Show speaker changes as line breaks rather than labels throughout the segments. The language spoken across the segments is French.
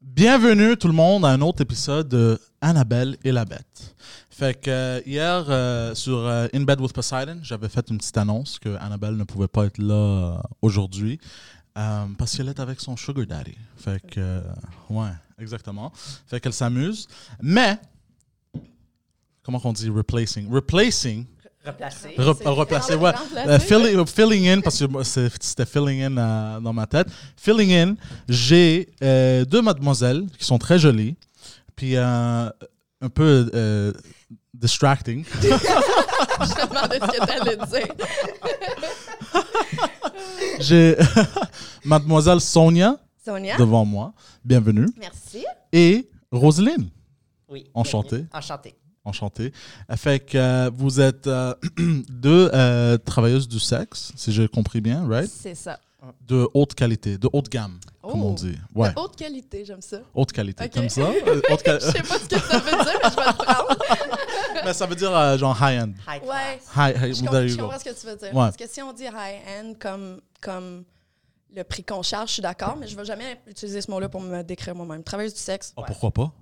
Bienvenue tout le monde à un autre épisode de Annabelle et la bête. Fait que euh, hier euh, sur euh, In Bed with Poseidon, j'avais fait une petite annonce que Annabelle ne pouvait pas être là euh, aujourd'hui euh, parce qu'elle est avec son sugar daddy. Fait que euh, ouais, exactement. Fait qu'elle s'amuse, mais comment qu'on dit replacing, replacing
Replacer.
Re- replacer, ouais. Euh, filling, euh, filling in, parce que moi, c'est- c'était filling in euh, dans ma tête. Filling in, j'ai euh, deux mademoiselles qui sont très jolies, puis euh, un peu euh, distracting.
Je te demandais ce que t'allais dire.
J'ai mademoiselle Sonia
Sonia,
devant moi, bienvenue,
merci.
et Roselyne,
Oui.
Enchanté.
bienvenue. Enchanté.
enchantée. Euh, Fait que euh, vous êtes euh, deux euh, travailleuses du sexe, si j'ai compris bien, right?
C'est ça.
De haute qualité, de haute gamme, comme
Oh.
on dit. Ouais.
De haute qualité, j'aime ça.
Haute qualité,
Ok.
comme ça. Euh, haute
Je
quali-
sais pas ce que ça veut dire, mais je vais le prendre.
Mais ça veut dire euh, genre high-end.
High
Ouais.
class.
High, high, there
Je comprends,
you
je
go.
comprends ce que tu veux dire.
Ouais.
Parce que si on dit high-end comme, comme le prix qu'on charge, je suis d'accord, mais je vais jamais utiliser ce mot-là pour me décrire moi-même. Travailleuse du sexe.
Ah, pourquoi pas?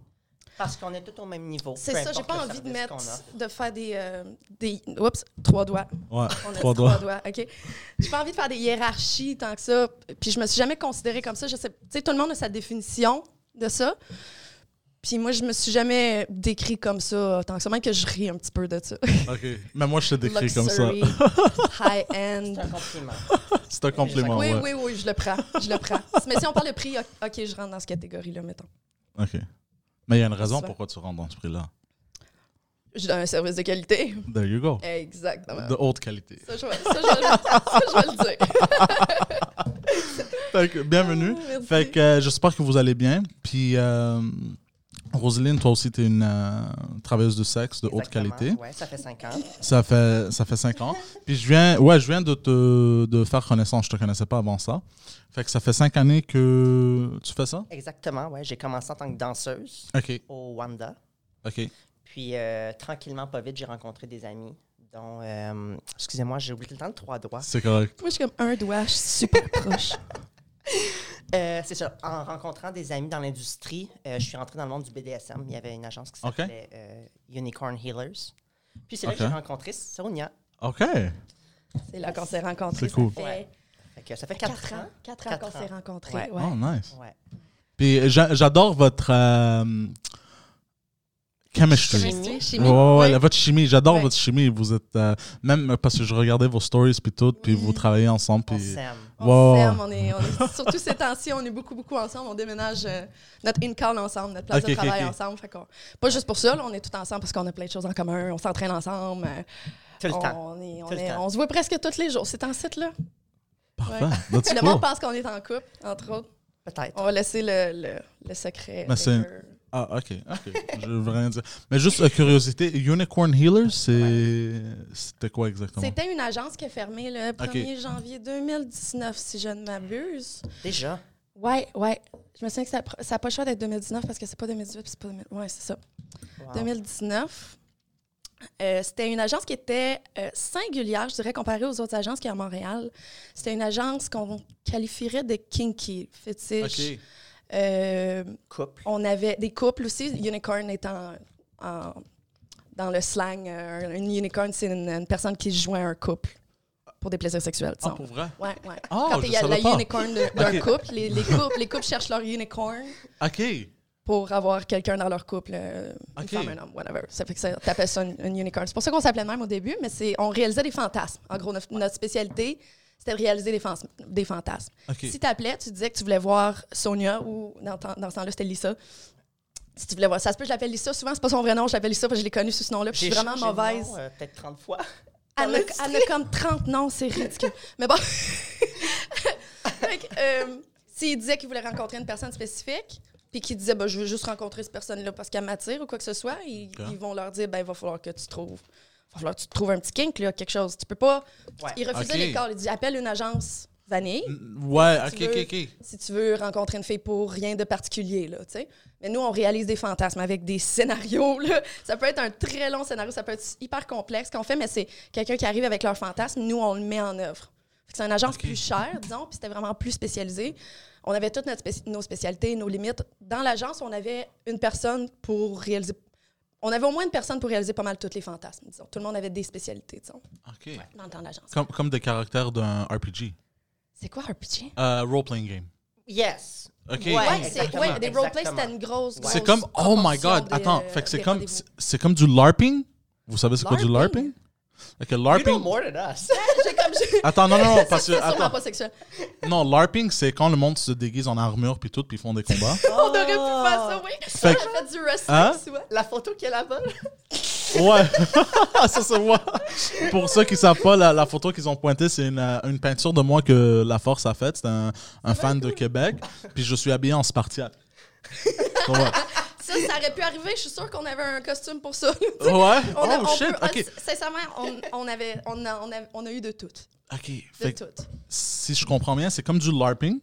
Parce qu'on est tous au même niveau.
C'est
Oh, peu
ça, j'ai
importe
pas
le
envie de
service
mettre,
qu'on offre.
de faire des, euh, des. Oups, trois doigts.
Ouais,
On a dit
trois doigts.
OK. J'ai pas envie de faire des hiérarchies tant que ça. Puis je me suis jamais considérée comme ça. Je sais, tu sais, tout le monde a sa définition de ça. Puis moi, je me suis jamais décrit comme ça tant que ça, même que je ris un petit peu de ça.
OK. Mais moi, je te décris comme ça.
Luxury, high-end.
C'est un compliment.
C'est un compliment,
oui,
ouais.
oui, oui, je le prends. Je le prends. Mais si on parle de prix, OK, ok, je rentre dans cette catégorie-là, mettons.
OK. Mais il y a une raison
Souvent.
pourquoi tu rentres dans ce prix-là.
Je donne un service de qualité.
There you
Eh,
go.
Exactement.
De haute qualité.
Ça, je vais, ça, je vais- ça, je vais le dire.
Fait que, bienvenue.
Merci.
Fait que euh, j'espère que vous allez bien. Puis, euh, Roselyne, toi aussi, tu es une euh, travailleuse de sexe de haute
Exactement.
qualité.
Ouais, ça fait 5 ans.
Ça fait, ça fait cinq ans. Puis je viens, ouais, je viens de te de faire connaissance. Je te connaissais pas avant ça. Fait que ça fait cinq années que tu fais ça?
Exactement, ouais. J'ai commencé en tant que danseuse
OK.
au Wanda.
OK.
Puis euh, tranquillement, pas vite, j'ai rencontré des amis. Dont, euh, excusez-moi, j'ai oublié le temps de trois doigts.
C'est correct.
Moi, je suis comme un doigt, je suis super proche.
Euh, c'est ça. En rencontrant des amis dans l'industrie, euh, je suis rentrée dans le monde du BDSM. Il y avait une agence qui
Ok.
s'appelait euh, Unicorn Healers. Puis c'est là que
Ok.
j'ai rencontré Sonia.
OK.
C'est là qu'on s'est rencontrés.
C'est cool.
Ça fait
Ouais. Fait que ça fait 4
quatre
ans.
ans. Quatre ans qu'on
Quatre
s'est
ans.
rencontrés.
Ouais.
ouais.
Oh, nice.
Ouais.
Puis j'a- j'adore votre euh, chemistry.
Chimie.
Chimie,
Ouais,
chimie.
ouais, ouais,
Ouais.
votre chimie, j'adore
Ouais.
votre chimie. Vous êtes euh, même euh, parce que je regardais vos stories puis tout, puis vous travaillez ensemble.
On
Puis
s'aime.
On
Ouais,
s'aime, on est, on est- surtout ces temps-ci, on est beaucoup, beaucoup ensemble. On déménage euh, notre in-call ensemble, notre place
Ok,
de
ok,
travail
ok.
ensemble. Fait qu'on- pas juste pour ça, là, on est tout ensemble parce qu'on a plein de choses en commun. On s'entraîne ensemble. euh,
Tout le
on,
temps.
est- on
Tout le
est-
temps.
on se voit presque tous les jours. C'est en site, là.
parfait.
Ouais.
That's
Le
cool.
monde pense qu'on est en couple, entre autres.
Peut-être.
On va laisser le, le, le secret. euh,
Mais Ben, c'est-
Baker.
Ah, ok, ok. je veux rien dire. Mais juste euh, curiosité, Unicorn Healer, c'est c'était quoi exactement
C'était une agence qui est fermée le 1er
Ok.
janvier 2019, si je ne m'abuse.
Déjà.
Ouais, ouais. Je me souviens que ça, pr- ça a pas le choix d'être 2019 parce que c'est pas 2018 puis c'est pas 2000. Ouais, c'est ça.
Ah.
Wow.
2019. Euh, c'était une agence qui était euh, singulière, je dirais, comparée aux autres agences qu'il y a à Montréal. C'était une agence qu'on qualifierait de kinky, fétiche.
Ok. Ah,
Euh,
Couple.
on avait des couples aussi, unicorn étant en- dans le slang. euh, une unicorn, c'est une, une personne qui se joint à un couple pour des plaisirs sexuels,
Ah,
disons.
pour vrai
Ouais, ouais.
Ah,
Quand
je
il y a
savais
la
pas.
unicorn de- d'un
Ok.
couple, les, les couples, les couples cherchent leur unicorn
Ok.
pour avoir quelqu'un dans leur couple, euh,
Ok.
une femme, un homme, whatever. Ça fait que ça, t'appelles ça une, une unicorn. C'est pour ça qu'on s'appelait de même au début, mais c'est, on réalisait des fantasmes. En gros, notre, notre spécialité, c'était de réaliser des, fans- des fantasmes.
Ok.
Si t'appelais, tu disais que tu voulais voir Sonia ou dans, ton- dans ce temps-là, c'était Lisa. Si tu voulais voir, ça se peut, je l'appelle Lisa. Souvent, c'est pas son vrai nom, je l'appelle Lisa parce que je l'ai connue sous ce nom-là. puis Je
J'ai
suis vraiment
changé de nom,
mauvaise.
euh, Peut-être 30 fois.
Elle
Dans
a,
l'industrie.
elle a comme 30 noms, c'est ridicule. Mais bon. Fait que, euh, S'il disait qu'il voulait rencontrer une personne spécifique, puis qu'il disait ben, Je veux juste rencontrer cette personne-là parce qu'elle m'attire ou quoi que ce soit, ils,
Ah.
Ok.
ils vont leur dire ben, Il va falloir que tu trouves. va falloir que tu te trouves un petit kink, là, quelque chose. Tu peux pas.
Ouais.
Il refusait
Ok.
les calls. Il dit Appelle une agence vanille
Ouais,
Si
ok,
tu
ok,
veux.
ok.
si tu veux rencontrer une fille pour rien de particulier, là, tu sais. Mais nous, on réalise des fantasmes avec des scénarios, là. Ça peut être un très long scénario, ça peut être hyper complexe qu'on fait, mais c'est quelqu'un qui arrive avec leur fantasme, nous, on le met en œuvre. Fait que C'est une agence
Ok.
plus chère, disons, puis c'était vraiment plus spécialisé. On avait toutes notre spéci- nos spécialités, nos limites. Dans l'agence, on avait une personne pour réaliser. On avait au moins une personne pour réaliser pas mal tous les fantasmes, disons. Tout le monde avait des spécialités, disons,
OK.
dans, dans l'agence.
Comme, comme des caractères d'un RPG.
C'est quoi RPG?
Euh, Role-playing game.
Yes.
OK.
Ouais,
Ouais, c'est
exactement,
ouais, des roleplays,
exactement.
c'était une grosse, grosse
C'est comme, oh my
proportion
god,
de-
attends, fait que c'est
des
comme,
rendez-vous.
c'est- c'est comme du LARPing? Vous savez c'est quoi du LARPing?
LARPing?
Ok,
You know
LARPing.
more than us.
J'ai comme j'ai-
Attends, non, non, non, parce que,
C'est sûrement
attends,
pas sexuel.
non, LARPing, c'est quand le monde se déguise en armure puis tout, puis ils font des combats.
On aurait pu faire ça, oui.
Ah. Fait
Fait
que-
fait du wrestling,
Hein?
soit.
La photo qui est là-bas.
Ouais, ça c'est moi. Pour ceux qui savent pas, la, la photo qu'ils ont pointée, c'est une, euh, une peinture de moi que La Force a faite. C'est un, un fan de Québec. Puis je suis habillé en Spartiate. Donc, ouais.
Ça, ça aurait pu arriver. Je suis sûre qu'on avait un costume pour ça.
Ouais.
On a-
oh
on
shit.
peut- ah,
ok.
s- Sincèrement, on, on avait, on, a, on, a, on a eu de toutes.
Ok.
De
Fait que
toutes.
si je comprends bien, c'est comme du LARPing.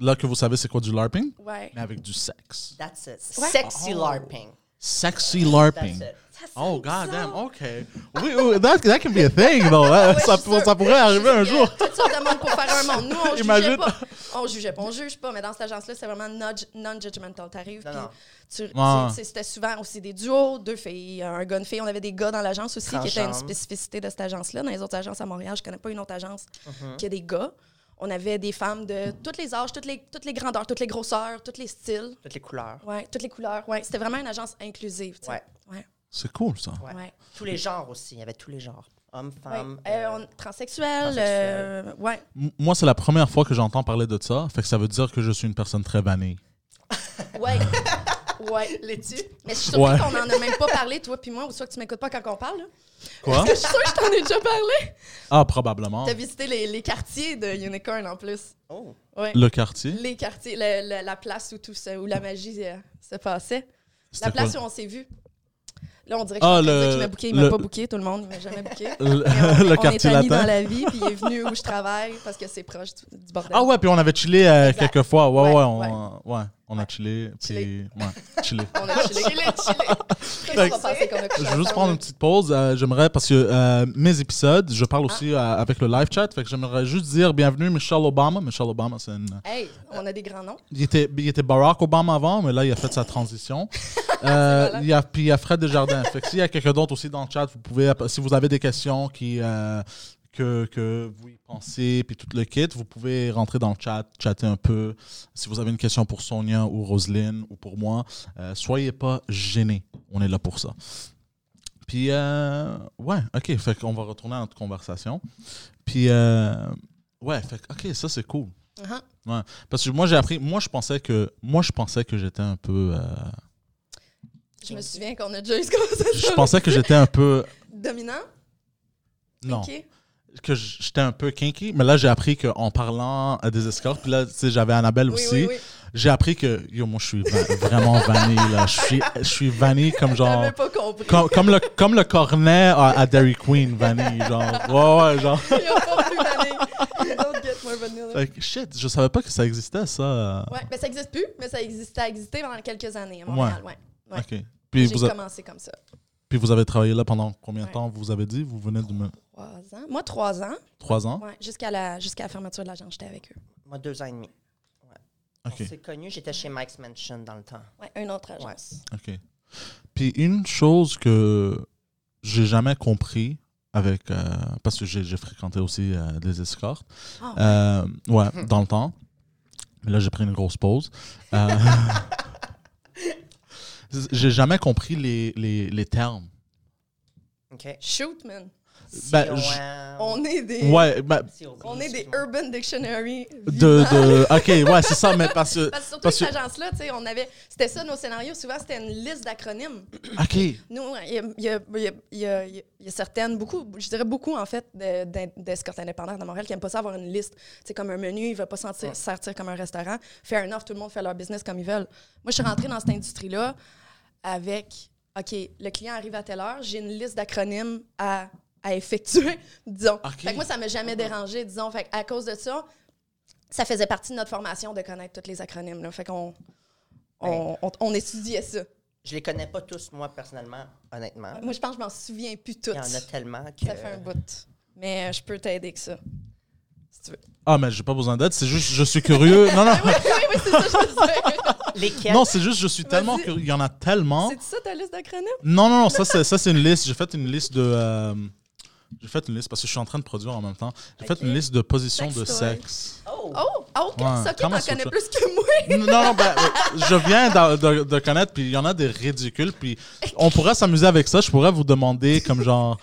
Là que vous savez c'est quoi du LARPing,
Ouais.
mais avec du sexe.
That's it.
Ouais.
Sexy LARPing.
Oh. Sexy
That's
LARPing.
it.
Oh god damn, ok. Oui, oui, that, that can be a thing though. hein. ça, pour- ça pourrait arriver un jour.
Toutes sortes de monde pour faire un monde. Nous, on
Imagine.
jugeait pas. On jugeait pas, on juge pas. Mais dans cette agence-là, c'est vraiment non- non-judgmental. T'arrives,
Non,
puis
non.
tu- tu-
Ouais.
tu sais, c'était souvent aussi des duos, deux filles, un gars, une fille. On avait des gars dans l'agence aussi, qui était une
Transgenre.
spécificité de cette agence-là. Dans les autres agences à Montréal, je connais pas une autre agence
Mm-hmm.
qui a des gars. On avait des femmes de tous les âges, toutes les, toutes les grandeurs, toutes les grosseurs, tous les styles,
Toutes les couleurs.
ouais, toutes les couleurs. Ouais. C'était vraiment une agence inclusive. tu sais.
Ouais.
Ouais.
C'est cool ça.
Ouais.
Ouais.
Tous les genres aussi. Il y avait tous les genres. Hommes,
Ouais.
femmes.
Euh,
euh,
on- transsexuel.
transsexuel.
euh, ouais.
M- Moi, c'est la première fois que j'entends parler de ça. Fait que ça veut dire que je suis une personne très vanille.
Ouais. ouais.
L'es-tu?
Mais je suis surprise
Ouais.
qu'on en a même pas parlé, toi puis moi, ou soit que tu m'écoutes pas quand on parle. là.
Quoi?
Je suis sûre que je t'en ai déjà parlé.
Ah, probablement.
T'as visité les, les quartiers de Unicorn en plus.
Oh.
Ouais.
Le quartier.
Les quartiers, la, la- la place où tout ça, où la magie euh, se passait.
C'était
La place
quoi?
où on s'est vu. Là, on dirait que je
Ah,
suis en train de
le-
dire qu'il m'a booké, il
le-
m'a pas booké, tout le monde, il m'a jamais booké.
Le,
Mais on,
le
on
quartier
est amis dans
latin.
la vie, puis il est venu où je travaille parce que c'est proche du, du bordel.
Ah ouais, puis on avait chillé euh,
Exact.
quelques fois. Ouais, ouais,
Ouais,
on, ouais, on a chillé. Puis,
Chillé.
ouais, chillé.
On a chillé. Ah, chillé, chillé.
Fait
On
que-
va penser qu'on a
Je
couché
vais juste
ensemble.
prendre une petite pause. euh, j'aimerais, parce que euh, mes épisodes, je parle
Ah.
aussi euh, avec le live chat. Fait que j'aimerais juste dire bienvenue Michelle Obama. Michelle Obama, c'est une.
Hey, on a des grands noms.
Il était, il était Barack Obama avant, mais là, il a fait sa transition. Euh, il y a, puis il y a Fred Desjardins. Fait que s'il y a quelqu'un d'autre aussi dans le chat, vous pouvez, euh, si vous avez des questions qui, euh, que, que vous y pensez, puis tout le kit, vous pouvez rentrer dans le chat, chatter un peu. Si vous avez une question pour Sonia ou Roselyne ou pour moi, euh, soyez pas gênés. On est là pour ça. Puis, euh, ouais, OK. Fait qu'on va retourner à notre conversation. Puis, euh, ouais, fait que, OK, ça, c'est cool.
Uh-huh.
Parce que moi j'ai appris, moi je pensais que moi je pensais que j'étais un peu euh,
Je me souviens qu'on a déjà eu ce qu'on
je pensais que j'étais un peu
Dominant?
non,
Ok.
que j'étais un peu kinky, mais là j'ai appris que en parlant à des escortes, puis là tu sais j'avais Annabelle
Oui,
aussi,
oui, oui.
j'ai appris que yo moi je suis va- vraiment vanille là, je suis je suis vanille comme genre
J'avais pas compris.
comme, comme le comme le cornet à, à Dairy Queen vanille genre ouais ouais genre
Il a pas pu m'aller. Don't get more vanilla.
Fait que, shit, je savais pas que ça existait ça.
Ouais, mais ça existe plus, mais ça existait, ça a existé pendant quelques années à Montréal, ouais. ouais.
OK. Puis
J'ai
vous, a-
commencé comme ça.
puis vous avez travaillé là pendant combien de
Ouais.
temps Vous avez dit Vous venez de me...
Trois ans. Moi, trois ans.
trois ans
Ouais, jusqu'à la, jusqu'à la fermeture de l'agence, j'étais avec eux.
Moi, deux ans et demi.
OK.
On s'est connus. J'étais chez Mike's Mansion dans le temps.
Ouais, une autre agence.
OK. Puis une chose que j'ai jamais compris avec euh, parce que j'ai j'ai fréquenté aussi euh, des escortes
Ah,
Euh, ouais dans le temps mais là j'ai pris une grosse pause Euh, j'ai jamais compris les, les, les termes
OK?
Shoot, man.
Ben,
COM,
On est des,
ouais ben,
COB,
on est des
excuse-moi.
Urban Dictionary.
de,
vivants.
de ok ouais c'est ça mais parce que
Parce que surtout,
parce que-
cette agence-là, tu sais, on avait. C'était ça, nos scénarios. Souvent, c'était une liste d'acronymes.
ok
Nous, il y a- il y, a- il y a- il y a- il y a certaines, beaucoup, je dirais beaucoup, en fait, de- d'in- d'escortes indépendantes à Montréal qui n'aiment pas ça avoir une liste. C'est comme un menu, ils ne veulent pas sentir,
Ouais.
sortir comme un restaurant. Faire un offre, tout le monde fait leur business comme ils veulent. Moi, je suis rentrée dans cette industrie-là avec, OK, le client arrive à telle heure, j'ai une liste d'acronymes à, à effectuer, disons.
Ok.
Fait que moi, ça ne m'a jamais dérangé, disons. Fait que à cause de ça, ça faisait partie de notre formation de connaître tous les acronymes. Là. Fait qu'on on, on, on étudiait ça.
Je les connais pas tous, moi, personnellement, honnêtement.
Moi, je pense que je m'en souviens plus
Il
toutes.
y en a tellement que.
Ça fait un bout. Mais euh, je peux t'aider avec ça. Si tu veux.
Ah, mais j'ai pas besoin d'aide, c'est juste je suis curieux. Non, non,
Oui, oui, oui, c'est ça, je veux dire.
Lesquels?
non c'est juste je suis tellement
Vas-y.
curieux. Il y en a tellement.
C'est ça ta liste d'acronymes?
Non, non, non, ça c'est, ça, c'est une liste. J'ai fait une liste de. euh, j'ai fait une liste parce que je suis en train de produire en même temps. J'ai
Ok.
fait une liste de positions de
Sextoy.
sexe.
Oh.
Oh, ah, ok,
Ouais,
ça, ok, t'en
comment ça,
connais
ça?
plus que moi.
Non, non, ben, euh, je viens d'a- de, de connaître, puis il y en a des ridicules, puis on pourrait s'amuser avec ça. Je pourrais vous demander, comme genre,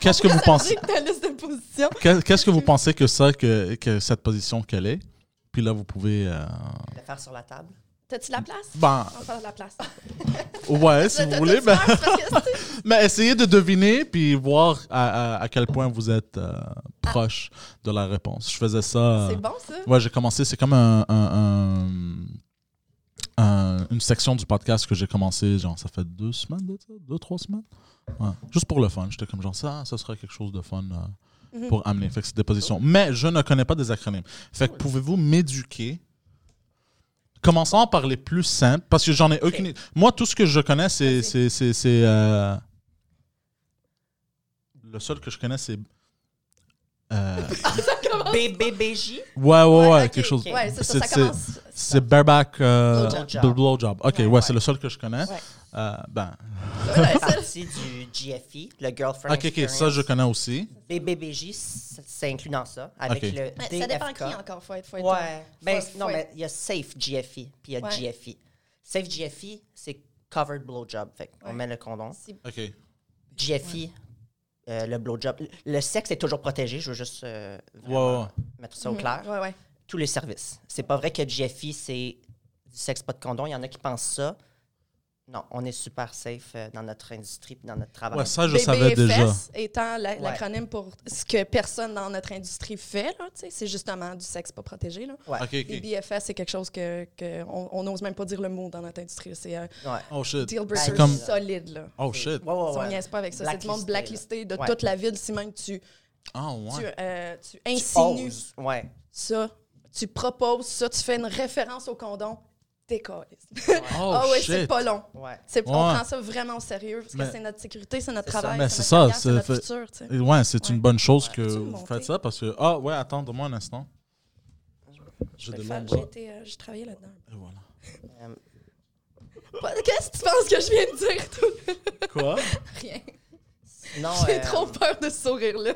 qu'est-ce que vous pensez,
Avec ta liste de positions.
qu'est- qu'est-ce que vous pensez que ça, que, que cette position qu'elle est. Puis là, vous pouvez. euh,
Le faire sur la table.
T'as-tu de la place?
Ben,
On va faire de la place.
ouais, si vous
T'as-tu
voulez,
de
ben,
la place? Parce que, tu sais,
mais essayez de deviner, puis voir à, à- à quel point vous êtes euh, proche de la réponse. Je faisais ça. euh,
C'est bon, ça?
Ouais, j'ai commencé. C'est comme un, un- un- un- une section du podcast que j'ai commencé, genre, ça fait deux semaines, de ça, deux, trois semaines. Ouais. Juste pour le fun. J'étais comme genre, ça, ça serait quelque chose de fun euh,
Mhm.
pour amener. Fait que c'est des positions. Mais je ne connais pas des acronymes. Fait que pouvez-vous m'éduquer? Commençons par les plus simples, parce que j'en ai aucune. idée. Moi, tout ce que je connais, c'est.
Vas-y.
c'est- c'est- c'est, euh, Le seul que je connais, c'est. euh,
BBBJ?
Ouais, ouais, ouais,
ok,
quelque chose.
ok. Ouais, c'est ça,
C'est-
ça
c'est-
commence.
c'est bareback euh,
Blowjob.
de blowjob. Ok, ouais,
Ouais,
c'est
ouais.
le seul que je connais.
Ouais.
Euh, ben,
Ouais,
Fait
c'est-
partie du GFE, le Girlfriend
ok, ok, ça je
Experience.
connais aussi.
BBBJ, c- c'est inclus dans ça, avec
Ok.
le
Ouais,
DFK.
ça dépend qui encore, faut être. Faut être
Ouais. Ben,
Faut-
non,
faut
mais
être-
il y a Safe GFE, puis il y a
Ouais.
GFE. Safe GFE, c'est Covered Blowjob. Fait qu'on
Ouais.
met le condom.
Si-
Ok.
GFE, euh, le blowjob. Le- Le sexe est toujours protégé, je veux juste euh,
Ouais,
vraiment
ouais.
mettre ça au clair.
Mhm. Ouais, ouais.
Tous les services. C'est pas vrai que GFE, c'est du sexe pas de condom. Il y en a qui pensent ça. Non, on est super safe euh, dans notre industrie puis dans notre travail.
Ouais, ça je
BBFS
savais déjà.
étant la- l'acronyme pour ce que personne dans notre industrie fait, là, tu sais, c'est justement du sexe pas protégé. Là.
Ouais.
Ok,
Les
ok.
BFS, c'est quelque chose que, que on on n'ose même pas dire le mot dans notre industrie. là. C'est un
Ouais.
Oh shit.
deal
C'est
breaker
comme-
solide. Là.
Oh shit.
Ouais, ouais,
Si on
ouais.
niaise pas avec ça. C'est du monde
Blacklisté,
blacklisté de
Ouais.
toute la ville. Si même tu,
Ah
tu,
ouais.
euh, tu
Tu
insinues
oses. Ouais.
ça, tu proposes ça, tu fais une référence au condom, t'es caliste.
Oh
Ah ouais, c'est
shit.
pas long.
Ouais.
C'est-
Ouais.
On prend ça vraiment au sérieux parce que
Mais-
c'est notre sécurité, c'est notre
C'est ça.
travail,
Mais
c'est
c'est
notre
ça,
carrière, c'est
c'est
notre
fait-
futur. tu sais.
Et Ouais, c'est une
Ouais.
bonne chose
Ouais.
que
Peux-tu me
vous
monter?
faites ça parce que ah ouais, attends, donne-moi un instant. Je
Je vais le
demande.
faire, J'ai été, euh, j'ai travaillé là-dedans.
Et voilà.
Euh,
Pas- Qu'est-ce que tu penses que je viens de dire? toi?
Quoi
Rien.
non,
J'ai
euh,
trop peur de ce sourire-là.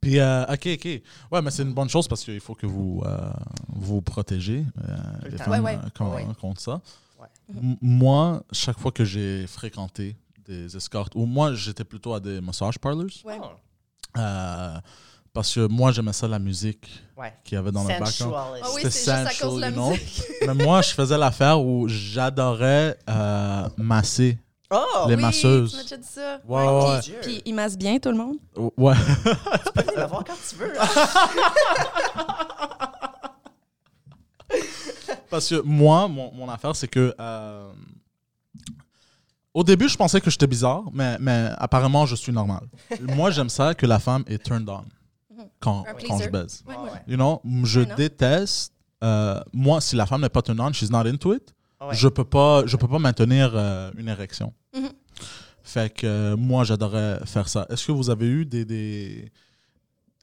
Puis euh, ok, ok. Ouais, mais c'est une bonne chose parce qu'il faut que vous euh, vous protégez euh,
le
les
temps.
femmes
Ouais, ouais.
euh, quand-
Ouais.
contre ça.
Ouais.
M- Moi, chaque fois que j'ai fréquenté des escortes, ou moi j'étais plutôt à des massage parlors,
Ouais.
oh,
euh, parce que moi j'aimais ça la musique
Ouais.
qu'il y avait dans hein. le background.
Sensualist.
Ah oui,
C'était
c'est juste à
sensual,
cause de la
you know.
musique.
Mais moi je faisais l'affaire où j'adorais euh, masser.
Oh!
Les
oui,
masseuses.
Tu m'as déjà dit ça.
Ouais, ouais, ouais.
Mon Dieu.
Puis ils massent bien, tout le monde.
Ouais.
Tu peux me voir quand tu veux.
Ah
Parce que moi, mon, mon affaire, c'est que. euh, au début, je pensais que j'étais bizarre, mais, mais apparemment, je suis normal. moi, j'aime ça que la femme est turned on quand,
Mhm. Un
quand
pleaser.
je baise.
Ouais, ouais.
You know, je
Ouais, non.
déteste. euh, moi, si la femme n'est pas turned on, she's not into it.
Ah
Ouais.
Je peux pas, je peux pas maintenir euh, une érection.
Mhm.
Fait que euh, moi, j'adorais faire ça. Est-ce que vous avez eu des des,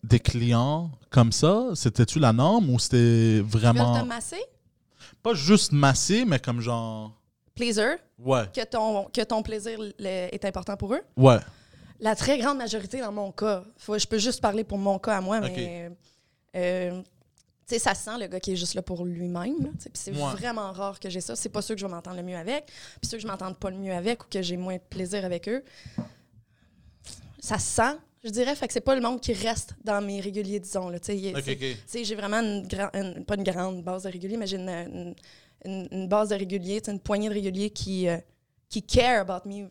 des clients comme ça C'était-tu la norme ou c'était
Ils veulent
vraiment
te masser,
pas juste masser, mais comme genre
plaisir,
ouais,
que ton, que ton plaisir le- est important pour eux.
ouais,
La très grande majorité dans mon cas, faut- je peux juste parler pour mon cas à moi,
Ok.
mais euh, tu sais, ça sent le gars qui est juste là pour lui-même. là, tu sais, puis C'est
Ouais.
vraiment rare que j'ai ça. C'est pas ceux que je vais m'entendre le mieux avec, puis ceux que je m'entende pas le mieux avec ou que j'ai moins de plaisir avec eux. Ça sent, je dirais, fait que c'est pas le monde qui reste dans mes réguliers, disons. Là, tu sais, il est-
ok,
c'est-
ok,
tu sais, j'ai vraiment une, gran- une- pas une grande base de réguliers, mais j'ai une, une- une- une base de réguliers, tu sais, une poignée de réguliers qui, euh, qui care about me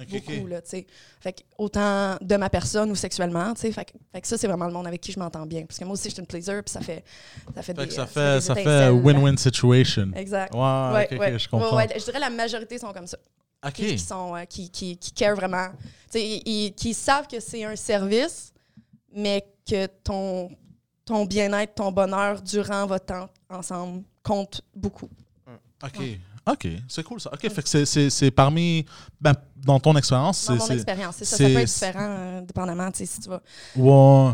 Ok,
beaucoup,
ok.
là, tu sais. Fait que autant de ma personne ou sexuellement, tu sais. Fait, que- fait que ça, c'est vraiment le monde avec qui je m'entends bien. Parce que moi aussi, je suis une plaisir, puis ça fait, ça fait,
Fait
des,
que ça
euh,
fait
des
ça fait
étincelles.
win-win situation.
Exact.
Ouais, ouais,
Ouais,
ok, ok,
ouais.
je comprends.
Ouais, ouais, je dirais la majorité sont comme ça.
Ok,
Qui, qui sont, euh, qui, qui, qui care vraiment. Tu sais, ils- ils- qui savent que c'est un service, mais que ton, ton bien-être, ton bonheur durant votre temps ensemble compte beaucoup.
ok, ok, c'est cool ça. Ok, fait que c'est- c'est c'est parmi ben, dans ton expérience,
Dans
c'est
mon
c'est
expérience, c'est ça.
c'est-
Ça peut être différent, euh, dépendamment, tu sais, si tu vas
ouais.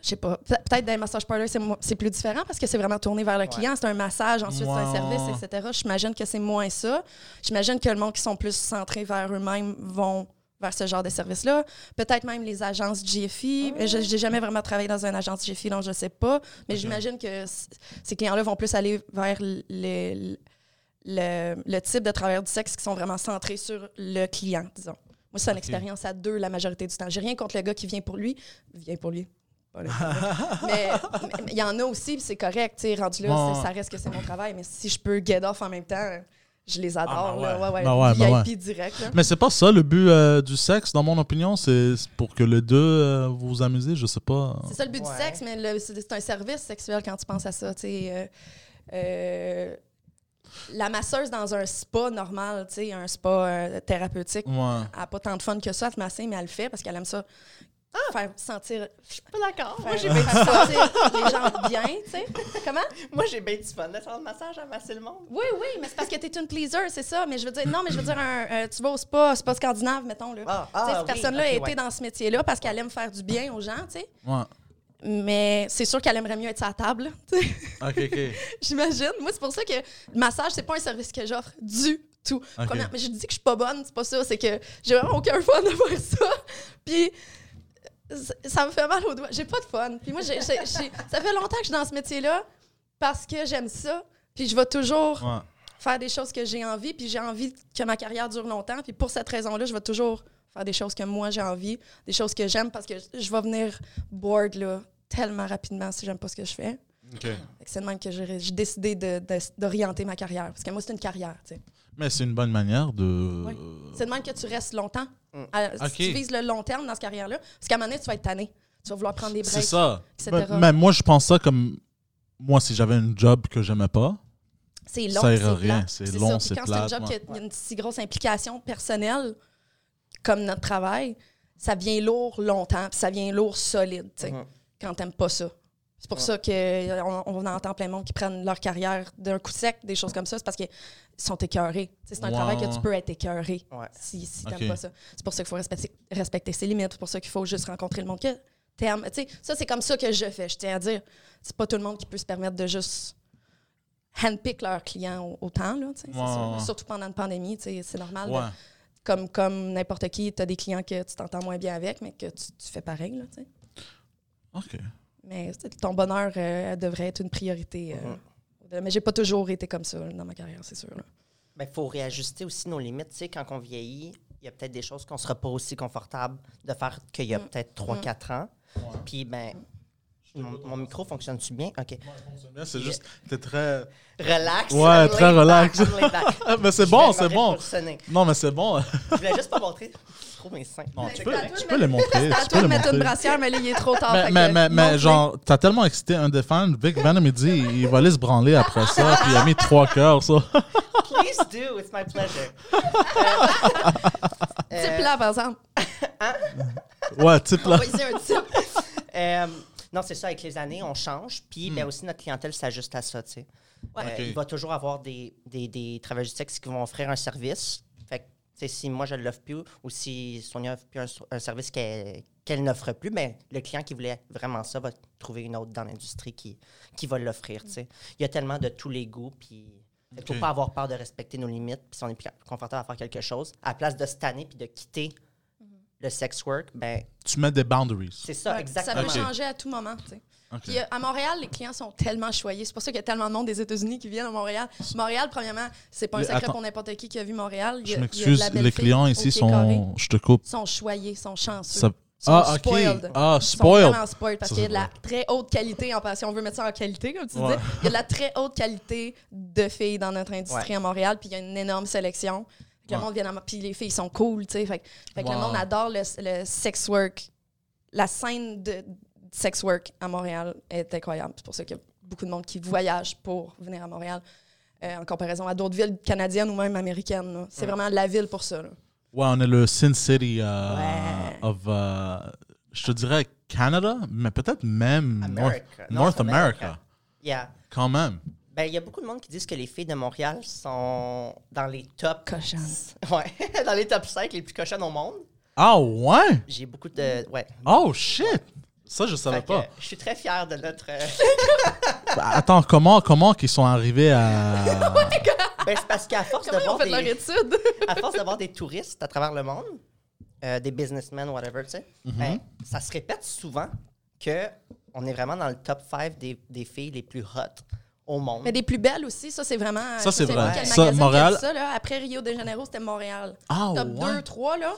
je sais pas, Pe- peut-être dans les massage parlors, c'est mo- c'est plus différent parce que c'est vraiment tourné vers le client. C'est un massage, ensuite c'est un
Ouais.
service, etc. J'imagine que c'est moins ça. J'imagine que le monde qui sont plus centrés vers eux-mêmes vont vers ce genre de service-là. Peut-être même les agences GFI. Euh, Je n'ai jamais vraiment travaillé dans une agence GFI, donc je ne sais pas. Mais
Ok.
j'imagine que c- ces clients-là vont plus aller vers l- le, le, le type de travailleurs du sexe qui sont vraiment centrés sur le client, disons. Moi, c'est une
Ok.
expérience à deux la majorité du temps. J'ai rien contre le gars qui vient pour lui. Vient pour lui. Pas le- mais mais- mais il y en a aussi, puis c'est correct. tu sais, Rendu là,
Ouais,
c'est-
ouais.
ça reste que c'est mon travail. Mais si je peux get off en même temps, je les
Ah,
adore.
ben
là.
ouais.
Ouais, ouais.
Ben ouais, ben
VIP direct. là.
Mais c'est pas ça le but euh, du sexe, dans mon opinion. C'est c'est pour que les deux euh, vous vous amusez, je sais pas.
C'est ça le but
Ouais.
du sexe, mais le- c'est c'est un service sexuel quand tu penses à ça. tu sais, euh, euh, la masseuse dans un spa normal, tu sais, un spa euh, thérapeutique,
Ouais.
elle n'a pas tant de fun que ça à te masser, mais elle le fait parce qu'elle aime ça. Faire sentir. Ah! Je suis pas d'accord.
Moi, j'ai
faire sentir les gens bien, tu sais. Comment?
Moi, j'ai bien du fun de faire le massage à masser le monde.
Oui, oui, mais c'est parce que t'es une pleaser, c'est ça. Mais je veux dire, non, mais je veux dire, un, euh, tu vas au spa, spa scandinave, mettons. Là.
Ah,
Tu sais,
ah,
cette
oui,
personne-là
ok,
a été
ouais.
dans ce métier-là parce qu'elle aime faire du bien aux gens, tu sais.
Ouais.
Mais c'est sûr qu'elle aimerait mieux être à table, là, tu sais.
Ok, ok.
J'imagine. Moi, c'est pour ça que le massage, c'est pas un service que j'offre du tout.
Ok.
Première- mais je dis que je suis pas bonne, c'est pas ça. C'est que j'ai vraiment aucun fun à faire ça. Puis ça- ça me fait mal aux doigts. J'ai pas de fun. Puis moi, j'ai- j'ai- j'ai- ça fait longtemps que je suis dans ce métier-là parce que j'aime ça. Puis je vais toujours
Ouais.
faire des choses que j'ai envie, puis j'ai envie que ma carrière dure longtemps. Puis pour cette raison-là, je vais toujours faire des choses que moi j'ai envie, des choses que j'aime, parce que je vais venir bored là, tellement rapidement si j'aime pas ce que je fais. Fait que C'est de même que j'ai j'ai décidé de- de- d'orienter ma carrière, parce que moi, c'est une carrière. tu sais.
Mais c'est une bonne manière de. Euh,
Ouais. C'est de même que tu restes longtemps.
Mm.
Euh,
Ok.
Si tu vises le long terme dans cette carrière-là, parce qu'à un moment donné, tu vas être tanné. Tu vas vouloir prendre des
C'est
breaks.
ça.
etc.
Mais, mais moi, je pense ça comme. Moi, si j'avais une job que j'aimais pas,
C'est long,
Ça
c'est
ira rien,
plat.
c'est
ça.
long,
Puis
c'est
quand
plate,
c'est un job
ouais.
qui a une si grosse implication personnelle, comme notre travail, ça vient lourd longtemps, puis ça vient lourd solide, tu sais,
Mhm.
quand t'aimes pas ça. C'est pour ça qu'on on entend plein de monde qui prennent leur carrière d'un coup sec, des choses comme ça, c'est parce qu'ils sont écœurés. Tu sais, C'est un
Ouais,
travail que tu
ouais.
peux être écœuré
Ouais.
si, si t'aimes
Ok.
pas ça. C'est pour ça qu'il faut respecter, respecter ses limites, c'est pour ça qu'il faut juste rencontrer le monde que t'aimes. Tu sais, ça, c'est comme ça que je fais, je tiens à dire. C'est pas tout le monde qui peut se permettre de juste handpick leurs clients au- autant, là, tu sais, c'est
Ouais,
sûr.
ouais.
surtout pendant une pandémie, tu sais, c'est normal. de-
ouais.
comme comme n'importe qui, tu as des clients que tu t'entends moins bien avec, mais que tu, tu fais pareil, là, tu sais.
Ok.
Mais c'est- ton bonheur euh, devrait être une priorité. euh, de- Mais j'ai pas toujours été comme ça là, dans ma carrière, c'est sûr. là.
Il Ben, faut réajuster aussi nos limites. Tu sais, quand on vieillit, il y a peut-être des choses qu'on ne sera pas aussi confortable de faire qu'il y a peut-être 3-4 ans. Puis, ben, mon, mon micro fonctionne-tu bien? OK.
C'est juste. T'es très.
Relax.
Ouais,
I'm
très
laid
relax.
back, I'm laid back.
Ah, mais c'est
Je
bon,
vais
c'est
m'arrêter
bon.
pour sonner.
Non, mais c'est bon.
Je voulais juste pas montrer trop mes seins.
Non,
Mais
tu
c'est
peux,
correct.
tu peux les montrer.
C'est à
tu
toi
peux
de
les
mettre une
montrer.
brassière, mais là, il est trop tard.
Mais,
fait
mais,
que
mais, mais
montre-les.
genre, t'as tellement excité un des fans, Vic Venom, il dit, il va aller se branler après ça, puis il a mis trois cœurs, ça.
Please do, it's my pleasure.
Type là, par exemple.
Ouais, type là.
Vas-y, un type.
Euh, non, c'est ça, avec les années, on change. Puis ben, aussi, notre clientèle s'ajuste à ça. tu sais. Euh,
Hmm. Ok.
Il va toujours avoir des, des, des travailleurs du sexe qui vont offrir un service. Fait que, tu sais, si moi, je ne l'offre plus ou si Sonia n'offre plus un, so- un service qu'elle qu'elle n'offre plus, ben, le client qui voulait vraiment ça va trouver une autre dans l'industrie qui, qui va l'offrir. tu sais. Il y a tellement de tous les goûts. Puis. Il ne faut
Ok.
pas avoir peur de respecter nos limites. Puis si on est plus confortable à faire quelque chose, à place de se tanner puis de quitter le sex work, ben,
Tu mets des boundaries.
c'est ça,
Ça
exactement.
peut
Ok.
changer à tout moment, tu sais.
Ok.
Puis, euh, à Montréal, les clients sont tellement choyés. C'est pour ça qu'il y a tellement de monde des États-Unis qui viennent à Montréal. Montréal, premièrement, c'est pas un
Mais
secret
attends.
pour n'importe qui qui a vu Montréal. Il y
Je
a- il y a de
m'excuse,
la belle
les
fille
clients
au
ici
pied carré.
sont. Je te coupe.
sont choyés, sont chanceux.
Ça-
Sont
Ah, ok.
spoiled.
Ah,
Ils sont
spoiled.
vraiment spoiled parce
Ça,
qu'il y
c'est
a de la très haute qualité en passant. On veut mettre ça en qualité, comme tu
Ouais.
dis. Il y a de la très haute qualité de filles dans notre industrie à Montréal, puis il y a une énorme sélection. Fait que
Ouais.
Le monde vient à- puis les filles sont cool, tu sais. Fait, que- fait que
Wow.
le monde adore le, le sex work. La scène de de sex work à Montréal est incroyable. C'est pour ça qu'il y a beaucoup de monde qui voyage pour venir à Montréal. euh, en comparaison à d'autres villes canadiennes ou même américaines. là. C'est vraiment la ville pour ça. là.
Ouais, on est le Sin City euh,
Ouais.
of. euh, je te dirais Canada, mais peut-être même North,
America. Non,
North
c'est
America.
America. Yeah.
Quand même.
Ben, il y a beaucoup de monde qui disent que les filles de Montréal sont dans les top.
Cochonne.
Ouais, dans les top 5 les plus cochonnes au monde.
Ah ouais?
Mm.
J'ai beaucoup de. Ouais.
Oh shit! Ça, je savais
Fait que,
pas.
euh, je suis très fier de notre. euh,
Bah, attends, comment, comment qu'ils sont arrivés à.
ben, c'est parce qu'à force, de
Comment ils ont
voir
fait leur
des-
étude?
à force de voir des touristes à travers le monde, euh, des businessmen, whatever, tu sais,
Mm-hmm.
ben, ça se répète souvent que on est vraiment dans le top 5 des, des filles les plus hot au monde.
Mais des plus belles aussi, ça, c'est vraiment.
Ça, c'est
je sais
vrai.
pas quel
Ça,
magazine qui a
Montréal-
dit ça, là. Après Rio de Janeiro, c'était Montréal.
Ah,
Top 2,
ouais.
3, là.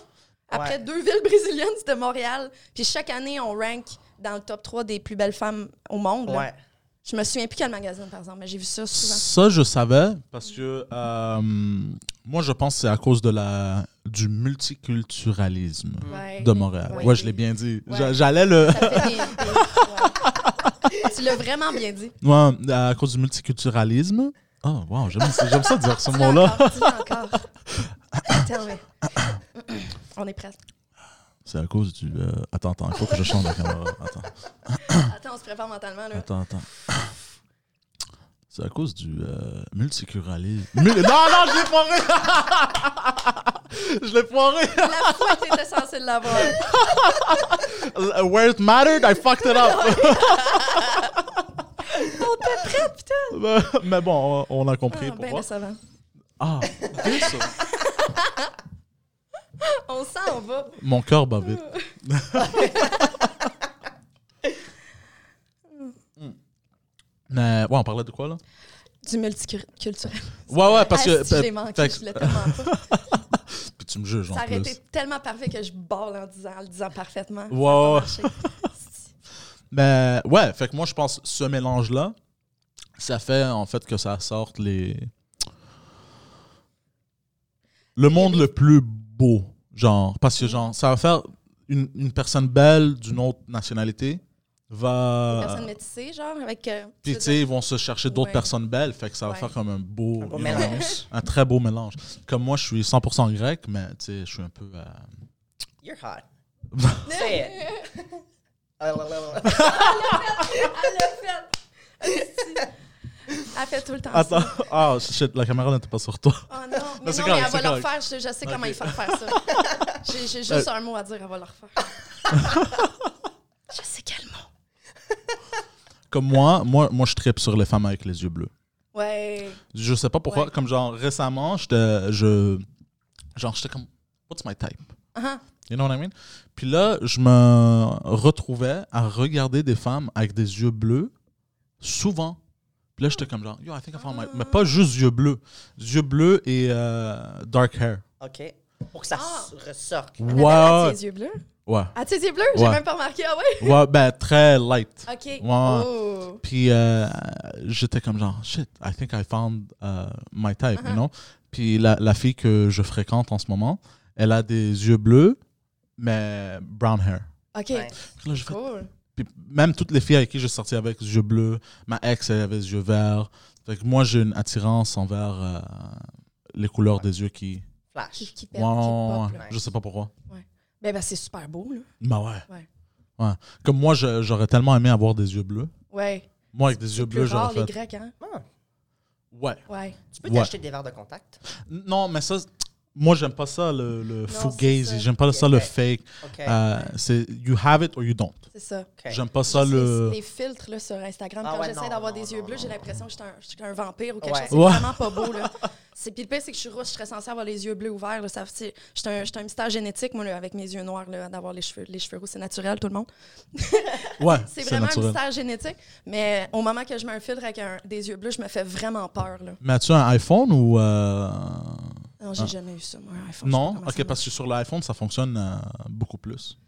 Ouais.
Après deux villes brésiliennes, c'était Montréal. Puis chaque année, on rank dans le top 3 des plus belles femmes au monde. là.
Ouais.
Je me souviens plus quel magazine, par exemple, mais j'ai vu ça souvent.
Ça, je savais parce que euh, moi, je pense que c'est à cause de la, du multiculturalisme
Ouais.
de Montréal.
Ouais.
Ouais, je l'ai bien dit.
Ouais.
J'a- J'allais le.
Ça fait des- des- ouais. Tu l'as vraiment bien dit.
Ouais, à cause du multiculturalisme. Oh, wow, j'aime j'aime ça dire ce
Dis-le
mot-là.
encore, dis-le encore. Attends, mais- On est presque.
C'est à cause du. euh, Attends, attends, il faut que je change la caméra. Attends,
Attends, on se prépare mentalement, là.
attends, attends. C'est à cause du euh, multiculturalisme. Mul- Non, non, je l'ai foiré! je l'ai foiré!
La fois que t'étais censé l'avoir.
Where it mattered, I fucked it up!
On était prête, putain.
Ben, Mais bon, on on a compris
Ah, ben
pourquoi.
décevant.
Ah, ok, ça.
On s'en va.
Mon cœur bat vite. Hmm. Mais ouais, on parlait de quoi là?
Du multiculturel.
Ouais, ouais, parce que.
Ah, si, je l'ai manqué,
fait
je
que-
voulais tellement pas.
Puis tu me juges en
Ça aurait été
plus.
tellement parfait que je balle en, disant, en le disant parfaitement. Ah, Ça a
Ouais,
pas
ouais.
marché.
Mais ouais, fait que moi je pense ce mélange là, ça fait en fait que ça sorte les. Le monde le plus beau, genre. Parce que genre, ça va faire une, une personne belle d'une autre nationalité va.
Personne métissée, genre, avec. euh,
Ah. Puis,
je
tu
veux
sais, ils vont se chercher d'autres
Ouais.
personnes belles, fait que ça va
Ouais.
faire comme un beau,
Un beau
you know,
mélange.
un très beau mélange. Comme moi, je suis 100% grec, mais tu sais, je suis un peu. euh,
You're hot.
dire-
Say Ah, là, là, là.
Elle l'a fait. Ah, Elle fait tout le temps
Attends,
ça.
ah, shit, la caméra n'était pas sur toi.
Oh non, mais,
c'est correct,
non, mais elle va
c'est
leur
correct.
faire. Je, je sais comment
Ok. Euh.
ils font faire ça. J'ai j'ai juste un mot à dire, elle va leur faire. Je sais quel mot.
Comme moi, moi, moi je tripe sur les femmes avec les yeux bleus.
Ouais.
Je sais pas pourquoi,
Ouais.
comme genre récemment, j'étais. Je, genre, j'étais comme, what's my type?
Ah,
You know what I mean? Puis là, je me retrouvais à regarder des femmes avec des yeux bleus, souvent. Puis là, j'étais comme genre, yo, I think I found my... Mais pas juste yeux bleus. Yeux bleus et euh, dark hair.
OK. Pour que ça
Ah.
s- ressorte.
Annabelle a
Ouais.
tes yeux bleus?
Ouais.
Ah, tes yeux bleus? J'ai
Ouais.
même pas remarqué. Ah ouais?
Ouais, ben, très light.
OK.
Ouais.
Oh.
Puis euh, j'étais comme genre, shit, I think I found euh, my type,
Uh-huh.
you know? Puis la, la fille que je fréquente en ce moment, elle a des yeux bleus, mais brown hair.
OK.
Ouais.
Puis là, j'ai fait,
Cool.
Puis même toutes les filles avec qui j'ai sorti avec les yeux bleus, ma ex, elle avait les yeux verts. Fait que moi, j'ai une attirance envers euh, les couleurs des yeux qui.
Flash.
Qui, qui pète,
Ouais,
qui pop,
ouais,
là.
Je sais pas pourquoi.
Ben, ben, c'est super beau, là.
Bah ouais.
Ouais.
Ouais. Comme moi, je- j'aurais tellement aimé avoir des yeux bleus.
Ouais.
Moi, avec des yeux
Plus
bleus,
rare,
j'aurais
les
fait.
Grecs, hein?
Ah,
Ouais.
Ouais.
tu peux
Ouais.
t'acheter des verres de contact.
Non, mais ça. c'est- Moi, j'aime pas ça, le, le
c'est ça.
fugazi. J'aime pas ça, le
Ok.
fake.
OK.
Euh, c'est you have it or you don't.
C'est ça.
OK.
J'aime pas ça,
Juste
le.
les, les filtres là, sur Instagram,
Ah
quand
ouais,
j'essaie
non,
d'avoir
non,
des
non,
yeux
non,
bleus, j'ai
non,
l'impression que je suis un, je suis un vampire ou quelque
Ouais.
chose. C'est
Ouais.
vraiment pas beau. Là. C'est, puis le pire, c'est que je suis rousse, je suis très censée avoir les yeux bleus ouverts. Là, ça, c'est, je suis un, je suis un mystère génétique, moi, là, avec mes yeux noirs, là, d'avoir les cheveux, les cheveux roux. C'est naturel, tout le monde.
Ouais,
C'est, vraiment un mystère génétique. Mais au moment que je mets un filtre avec un- des yeux bleus, je me fais vraiment peur. Là.
Mais as-tu un iPhone ou. euh,
Non, j'ai
Ah.
jamais eu ça, moi, un iPhone. Je sais
Non,
pas comment ça
ok, parce que sur l'iPhone, ça fonctionne euh, beaucoup plus.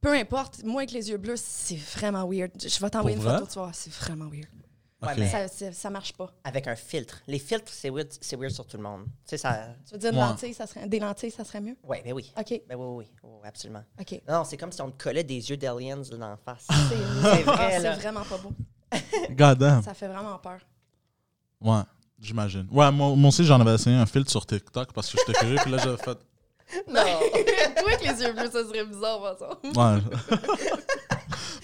marche. Peu importe, moi, avec les yeux bleus, c'est vraiment weird. Je vais t'envoyer une
Pour vrai?
photo, tu vois, c'est vraiment weird.
Ouais,
Ok.
mais-
Ça, c'est- ça marche pas.
Avec un filtre. Les filtres, c'est weird, c'est weird sur tout le monde. Tu sais, ça...
Tu veux dire une
Ouais.
lentille, ça serait, des lentilles, ça serait mieux?
Ouais, ben oui.
OK,
Ben oui, oui, oui. Oh, absolument.
OK.
Non, c'est comme si on te collait des yeux d'aliens dans la face.
C'est
C'est
Ah,
vrai,
c'est
là.
vraiment pas beau.
God damn.
Ça fait vraiment peur.
Ouais, j'imagine. Ouais, moi, moi aussi, j'en avais essayé un filtre sur TikTok parce que j'étais curieux, puis là, j'avais fait.
Non!
Toi avec les yeux bleus, ça serait bizarre, par exemple.
Ouais.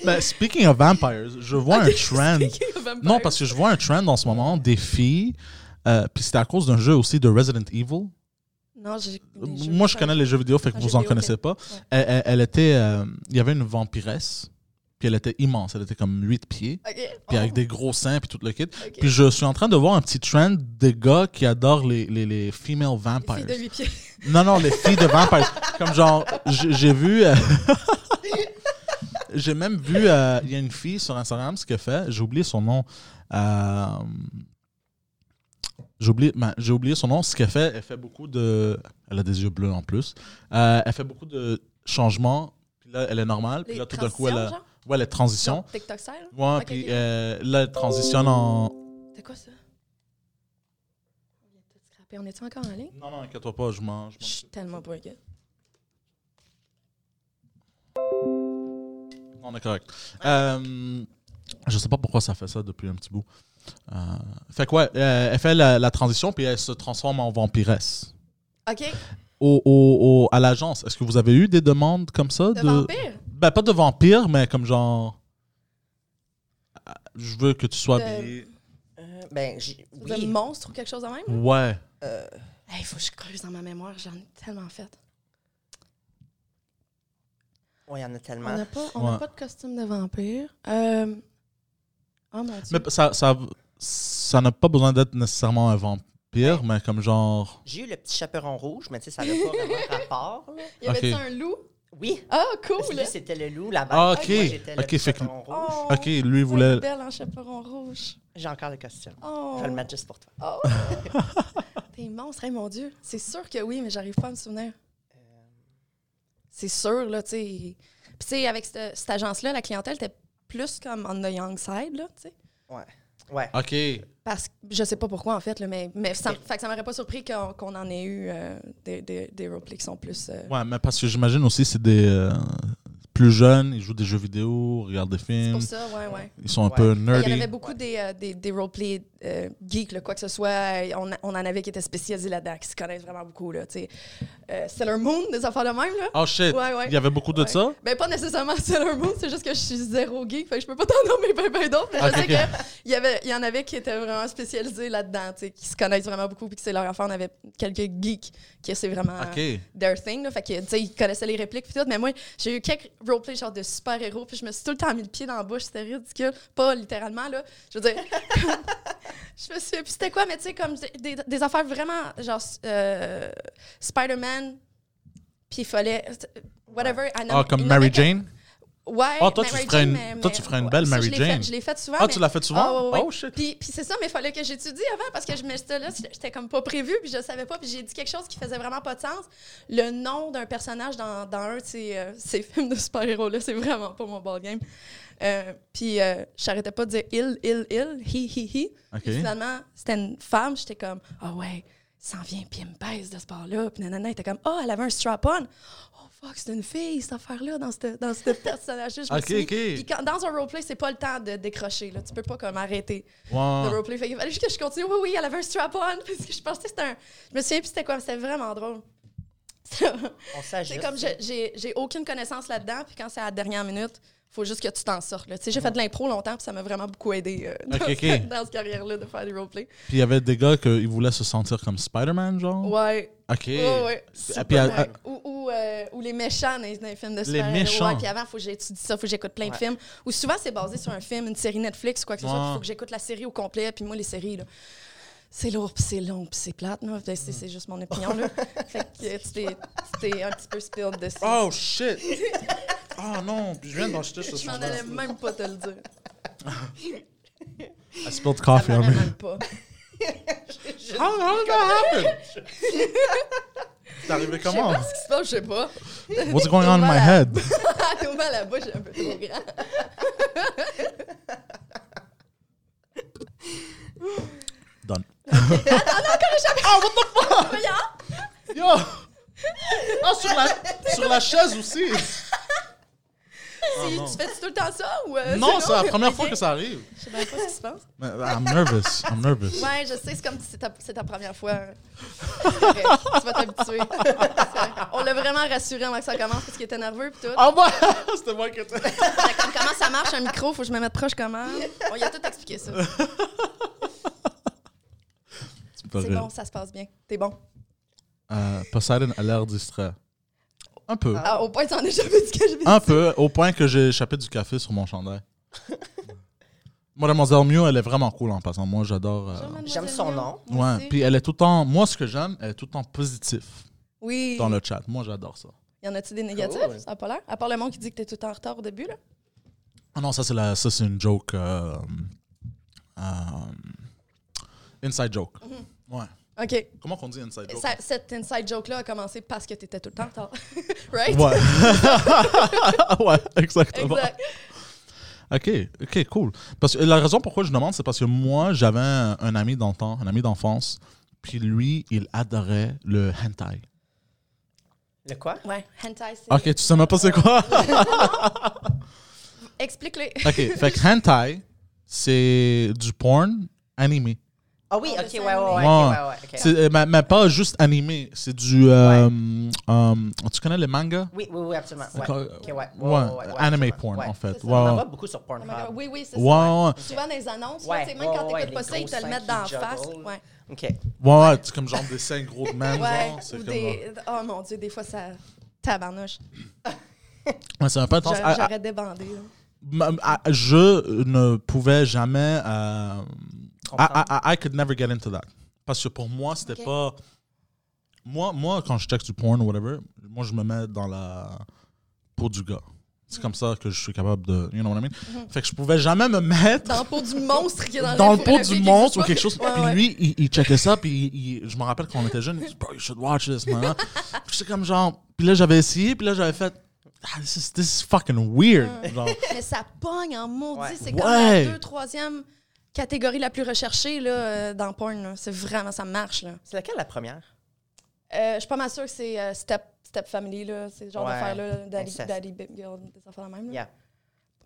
Ben, speaking of vampires, je vois un trend. Non, parce que je vois un trend en ce moment des filles, euh, puis c'était à cause d'un jeu aussi de Resident Evil.
Non, j'ai. j'ai-
Euh, Moi, je connais les jeux vidéo, fait que
Un
vous
jeu
en
vidéo,
euh, connaissez pas. Elle, elle- elle était. euh, Il y avait une vampiresse. puis elle était immense. Elle était comme 8 pieds,
OK.
puis avec des gros seins, puis tout le kit.
OK.
Puis je suis en train de voir un petit trend des gars qui adorent les, les, les female
Fille
vampires.
de huit pieds.
Non, non, les filles de vampires. Comme genre, j'ai j'ai vu. euh, j'ai même vu. euh, Il y a une fille sur Instagram, ce qu'elle fait. J'ai oublié son nom. Euh, j'ai oublié, ma- j'ai oublié son nom. Ce qu'elle fait, elle fait beaucoup de. Elle a des yeux bleus en plus. Euh, elle fait beaucoup de changements. Puis là, elle est normale. Puis
Les
là, tout d'un coup, elle
transitions,
a.
genre?
Ouais, les transitions.
Genre TikTok style?
Ouais,
Ok,
puis
ok.
euh, là, elle transitionne en.
C'est quoi ça? On vient de tout scraper. On est-tu encore en ligne?
Non, non, inquiète-toi pas, je mange.
Je suis tellement pas inquiète.
On est correct. Euh, je sais pas pourquoi ça fait ça depuis un petit bout. Euh, fait que ouais, euh, elle fait la, la transition puis elle se transforme en vampiresse.
OK.
Au, au- au- à l'agence, est-ce que vous avez eu des demandes comme ça
De
de-
vampire?
Ben, pas de vampire, mais comme genre. euh, Je veux que tu sois
De-
habillé.
Euh, ben, j'ai-
De
oui.
monstre ou quelque chose de même?
Ouais.
euh,
Il faut que je creuse dans ma mémoire. J'en ai tellement fait.
ouais, il y en a
On
tellement.
n'a pas, on n'a
Ouais.
pas de costume de vampire. Euh... Oh mon Dieu.
Mais ça ça ça n'a pas besoin d'être nécessairement un vampire, mais comme genre.
J'ai eu le petit chaperon rouge, mais tu sais, ça n'avait pas vraiment rapport. là.
Il y avait
ok.
un loup?
Oui,
Ah,
parce que
cool!
lui, c'était le loup là-bas.
Ah, ok.
Moi, j'étais le
Ok,
petit
fait que-
chaperon rouge.
Oh,
Ok, lui
elle est
voulait.
belle en chaperon rouge.
J'ai encore le costume.
Oh,
Je vais le mettre juste pour toi.
oh. T'es monstre, hein, mon Dieu. C'est sûr que oui, mais j'arrive pas à me souvenir.
Euh,
C'est sûr, là, tu sais. Puis, tu sais, avec cette, cette agence-là, la clientèle était plus comme on the young side, là, tu sais.
Ouais.
Ok.
Parce que je sais pas pourquoi, en fait, là, mais, mais ça, fait que ça m'aurait pas surpris qu'on qu'on en ait eu euh, des, des, des roleplays qui sont plus. euh,
Ouais, mais parce que j'imagine aussi, c'est des euh, plus jeunes, ils jouent des jeux vidéo, regardent des
c'est
films,
pour ça, ouais, ouais.
ils sont un
Ouais.
peu
Il y en
nerdy.
avait beaucoup des, euh, des, des roleplay euh, geeks, là, quoi que ce soit. Euh, On, a- on en avait qui étaient spécialisés là-dedans, qui se connaissent vraiment beaucoup. Là, tu sais. euh, Sailor Moon, des affaires de même. Là.
Oh shit,
Ouais, ouais.
il y avait beaucoup de
Ouais.
ça?
Ben, pas nécessairement Sailor Moon, c'est juste que je suis zéro geek, fait que je peux pas t'en nommer ben, ben d'autres. mais
Ok,
je
Ah,
sais
ok.
que il y, avait, il y en avait qui étaient vraiment spécialisés là-dedans, tu sais, qui se connaissent vraiment beaucoup, puis que c'est leur affaire. On avait quelques geeks qui c'est vraiment
Ok.
their thing. Là, fait que, tu sais, ils connaissaient les répliques puis tout. Mais moi, j'ai eu quelques roleplays genre de super-héros puis je me suis tout le temps mis le pied dans la bouche. C'était ridicule. Pas littéralement, là. Je veux dire... je me suis... Puis c'était quoi? Mais tu sais, comme des, des affaires vraiment genre euh, Spider-Man puis il fallait... Whatever. I know-
Ah, comme
il y en
Mary
avait que-
Jane?
Ouais.
Ah, toi, tu
Mary
ferais
Jane,
une-
mais-
toi, tu
mais-
ferais une
ouais,
belle
ça,
Mary
je l'ai fait-
Jane.
Je l'ai faite souvent.
Ah,
mais-
tu l'as fait souvent?
ah, ouais, ouais.
Oh shit.
Puis, puis c'est ça, mais il fallait que j'étudie avant parce que je me- j'étais là, j'étais comme pas prévu, puis je savais pas, puis j'ai dit quelque chose qui faisait vraiment pas de sens. Le nom d'un personnage dans, dans un de ces, euh, ces films de super-héros-là, c'est vraiment pas mon ball game. Euh, puis euh, j'arrêtais pas de dire il, il, il, hi, hi, hi.
Ok.
Puis finalement, c'était une femme, j'étais comme ah ouais, ça s'en vient, puis elle me baise de ce bord-là. Puis nanana, elle était comme ah, elle avait un strap-on. Oh fuck, c'est une fille, cette affaire-là, dans ce dans ce personnage-là. Je me
Ok,
suis mis-
ok.
Puis quand- dans un roleplay, c'est pas le temps de décrocher, là. tu peux pas comme arrêter
Ouais.
le roleplay. Fait qu'il fallait juste que je continue. Oui, oui, elle avait un strap-on. Parce que je pensais que c'était un. Je me souviens, puis c'était quoi? C'était vraiment drôle. c'est
On s'ajuste.
comme, je- j'ai j'ai aucune connaissance là-dedans. Puis quand c'est à la dernière minute, faut juste que tu t'en sortes. là. Tu sais, j'ai fait de l'impro longtemps, puis ça m'a vraiment beaucoup aidé euh, dans,
Ok, ok.
ce- dans cette carrière-là de faire des roleplays.
Puis il y avait des gars qui voulaient se sentir comme Spider-Man, genre?
Ouais.
Ok.
Ouais, ouais.
Ah, puis,
Superman.
ah,
ou, ou, euh, ou les méchants dans les, dans les films de super-héros.
méchants.
Ouais, puis avant, il faut que j'étudie ça, il faut que j'écoute plein de
Ouais.
films. Ou souvent, c'est basé sur un film, une série Netflix ou quoi que ce soit, puis il
Ouais.
faut que j'écoute la série au complet. Puis moi, les séries, là, c'est lourd, puis c'est long, puis c'est plate. là. Ben,
Mm.
C'est c'est juste mon opinion. Là. fait que euh, tu t'es- tu t'es un petit peu spilled dessus.
Oh shit! Oh non, puis je viens d'acheter ce
Je m'en allais même pas te le dire.
I spilled
Ça
coffee on
m'en allait
me.
même pas.
Oh, How, how did that happen? C'est arrivé comment?
Je sais pas, je sais pas.
What's going on in my head?
Au mal là-bas, j'ai un peu trop grand.
Done.
Ah, what the fuck? Voyons!
Yo! Ah, sur la, sur la chaise aussi!
C'est- tu fais tout le temps ça ou euh,
Oh, Non, c'est la
long?
première
Ok.
fois que ça arrive.
Je sais même pas ce qui se passe.
I'm nervous. I'm nervous.
Ouais, je sais, c'est comme si c'est ta, c'est ta première fois. hein. C'est correct, tu vas t'habituer. On l'a vraiment rassuré avant que ça commence parce qu'il était nerveux pis tout.
Ah bah, c'était moi qui étais.
Fait comme, comment ça marche un micro, faut que je me mette proche comment. On y a tout expliqué ça.
Tu
C'est bon, ça se passe bien. T'es bon.
Euh, Poseidon a l'air distrait. Un peu.
Ah, au point, t'en as jamais dit que je vais
Un peu, au point que j'ai échappé du café sur mon chandail. Mademoiselle Mew, elle est vraiment cool en passant. Moi, j'adore. euh,
J'aime son nom.
Moi
ouais,
aussi.
puis elle est tout le temps. Moi, ce que j'aime, elle est tout le temps positif
Oui.
dans le chat. Moi, j'adore ça.
Y en a-tu des négatifs?
Cool.
Ça a pas l'air. À part le monde qui dit que t'es tout le temps en retard au début, là.
Ah non, ça, c'est la- ça, c'est une joke. euh, euh, inside joke. Ouais.
OK.
Comment qu'on dit inside joke?
Mhm. Ça- cette inside joke-là a commencé parce que t'étais tout le temps en retard. right?
Ouais. ouais, exactement.
Exact.
OK, OK, cool. Parce que la raison pourquoi je demande, c'est parce que moi, j'avais un, un ami d'antan, un ami d'enfance, puis lui, il adorait le hentai.
Le quoi?
Ouais. Hentai, c'est.
OK, tu sais même pas c'est quoi?
Explique-le.
OK, fait que hentai, c'est du porn animé.
Ah oui,
Ah,
ok,
le
ouais, ouais,
sein.
ouais,
Ouais.
ok, ouais, ouais, ok.
C'est- euh, Mais, mais pas juste animé, c'est du... euh, euh, tu connais les mangas?
Oui, oui, oui, absolument. Ouais.
D'accord.
Ok, ouais, ouais,
Ouais,
ouais, ouais, ouais,
anime
absolument.
porn,
Ouais.
en fait.
ça,
Ouais,
On en
ouais.
voit beaucoup sur
Oh my God.
Pornhub.
Oui, oui, c'est
Ouais,
ça.
ouais.
Souvent, dans les annonces,
Ouais,
là, tu sais, même
ouais,
quand
ouais,
t'écoutes
les
pas ça, ils te
gros
le
seins
mettent
qui
dans la face.
juggle.
Ouais.
OK.
Ouais, ouais, c'est comme genre des seins gros de même,
Ouais.
genre, c'est
Ou
comme...
des. Oh mon Dieu, des fois, ça. Tabarnouche.
Ouais, c'est un peu intense. Ah,
J'aurais
À- à-
j'aurais débandé. là.
ma- à- ah, je ne pouvais jamais... euh, I,
Comprendre.
I- I- I could never get into that. Parce que pour moi, c'était
Ok.
pas... Moi, moi, quand je check du porn ou whatever, moi, je me mets dans la peau du gars. C'est comme ça que je suis capable de... You know what I mean? Fait que je pouvais jamais me mettre...
Dans le pot du monstre qui est Mhm. dans
dans le
les-
pot
la
du
vie qui
monstre ou
existe
quelque chose.
pas. Ouais,
puis
ouais.
lui, il, il checkait ça, puis il- il- je me rappelle quand on était jeune, il dit, bro, you should watch this, man. Puis j'étais comme genre, puis là j'avais essayé, puis là j'avais fait, ah, this, is, this is fucking weird. Genre,
Mais ça pogne en maudit.
Ouais.
C'est comme
Ouais.
la deux, troisième catégorie la plus recherchée là, euh, dans porn. là. C'est vraiment, ça marche. là.
C'est laquelle la première?
Euh, je suis pas mal sûre que c'est euh, step, step Family, là, c'est le genre
Ouais.
d'affaire-là, Daddy,
Inceste.
Daddy Big Girl, des affaires de même. Là.
Yeah.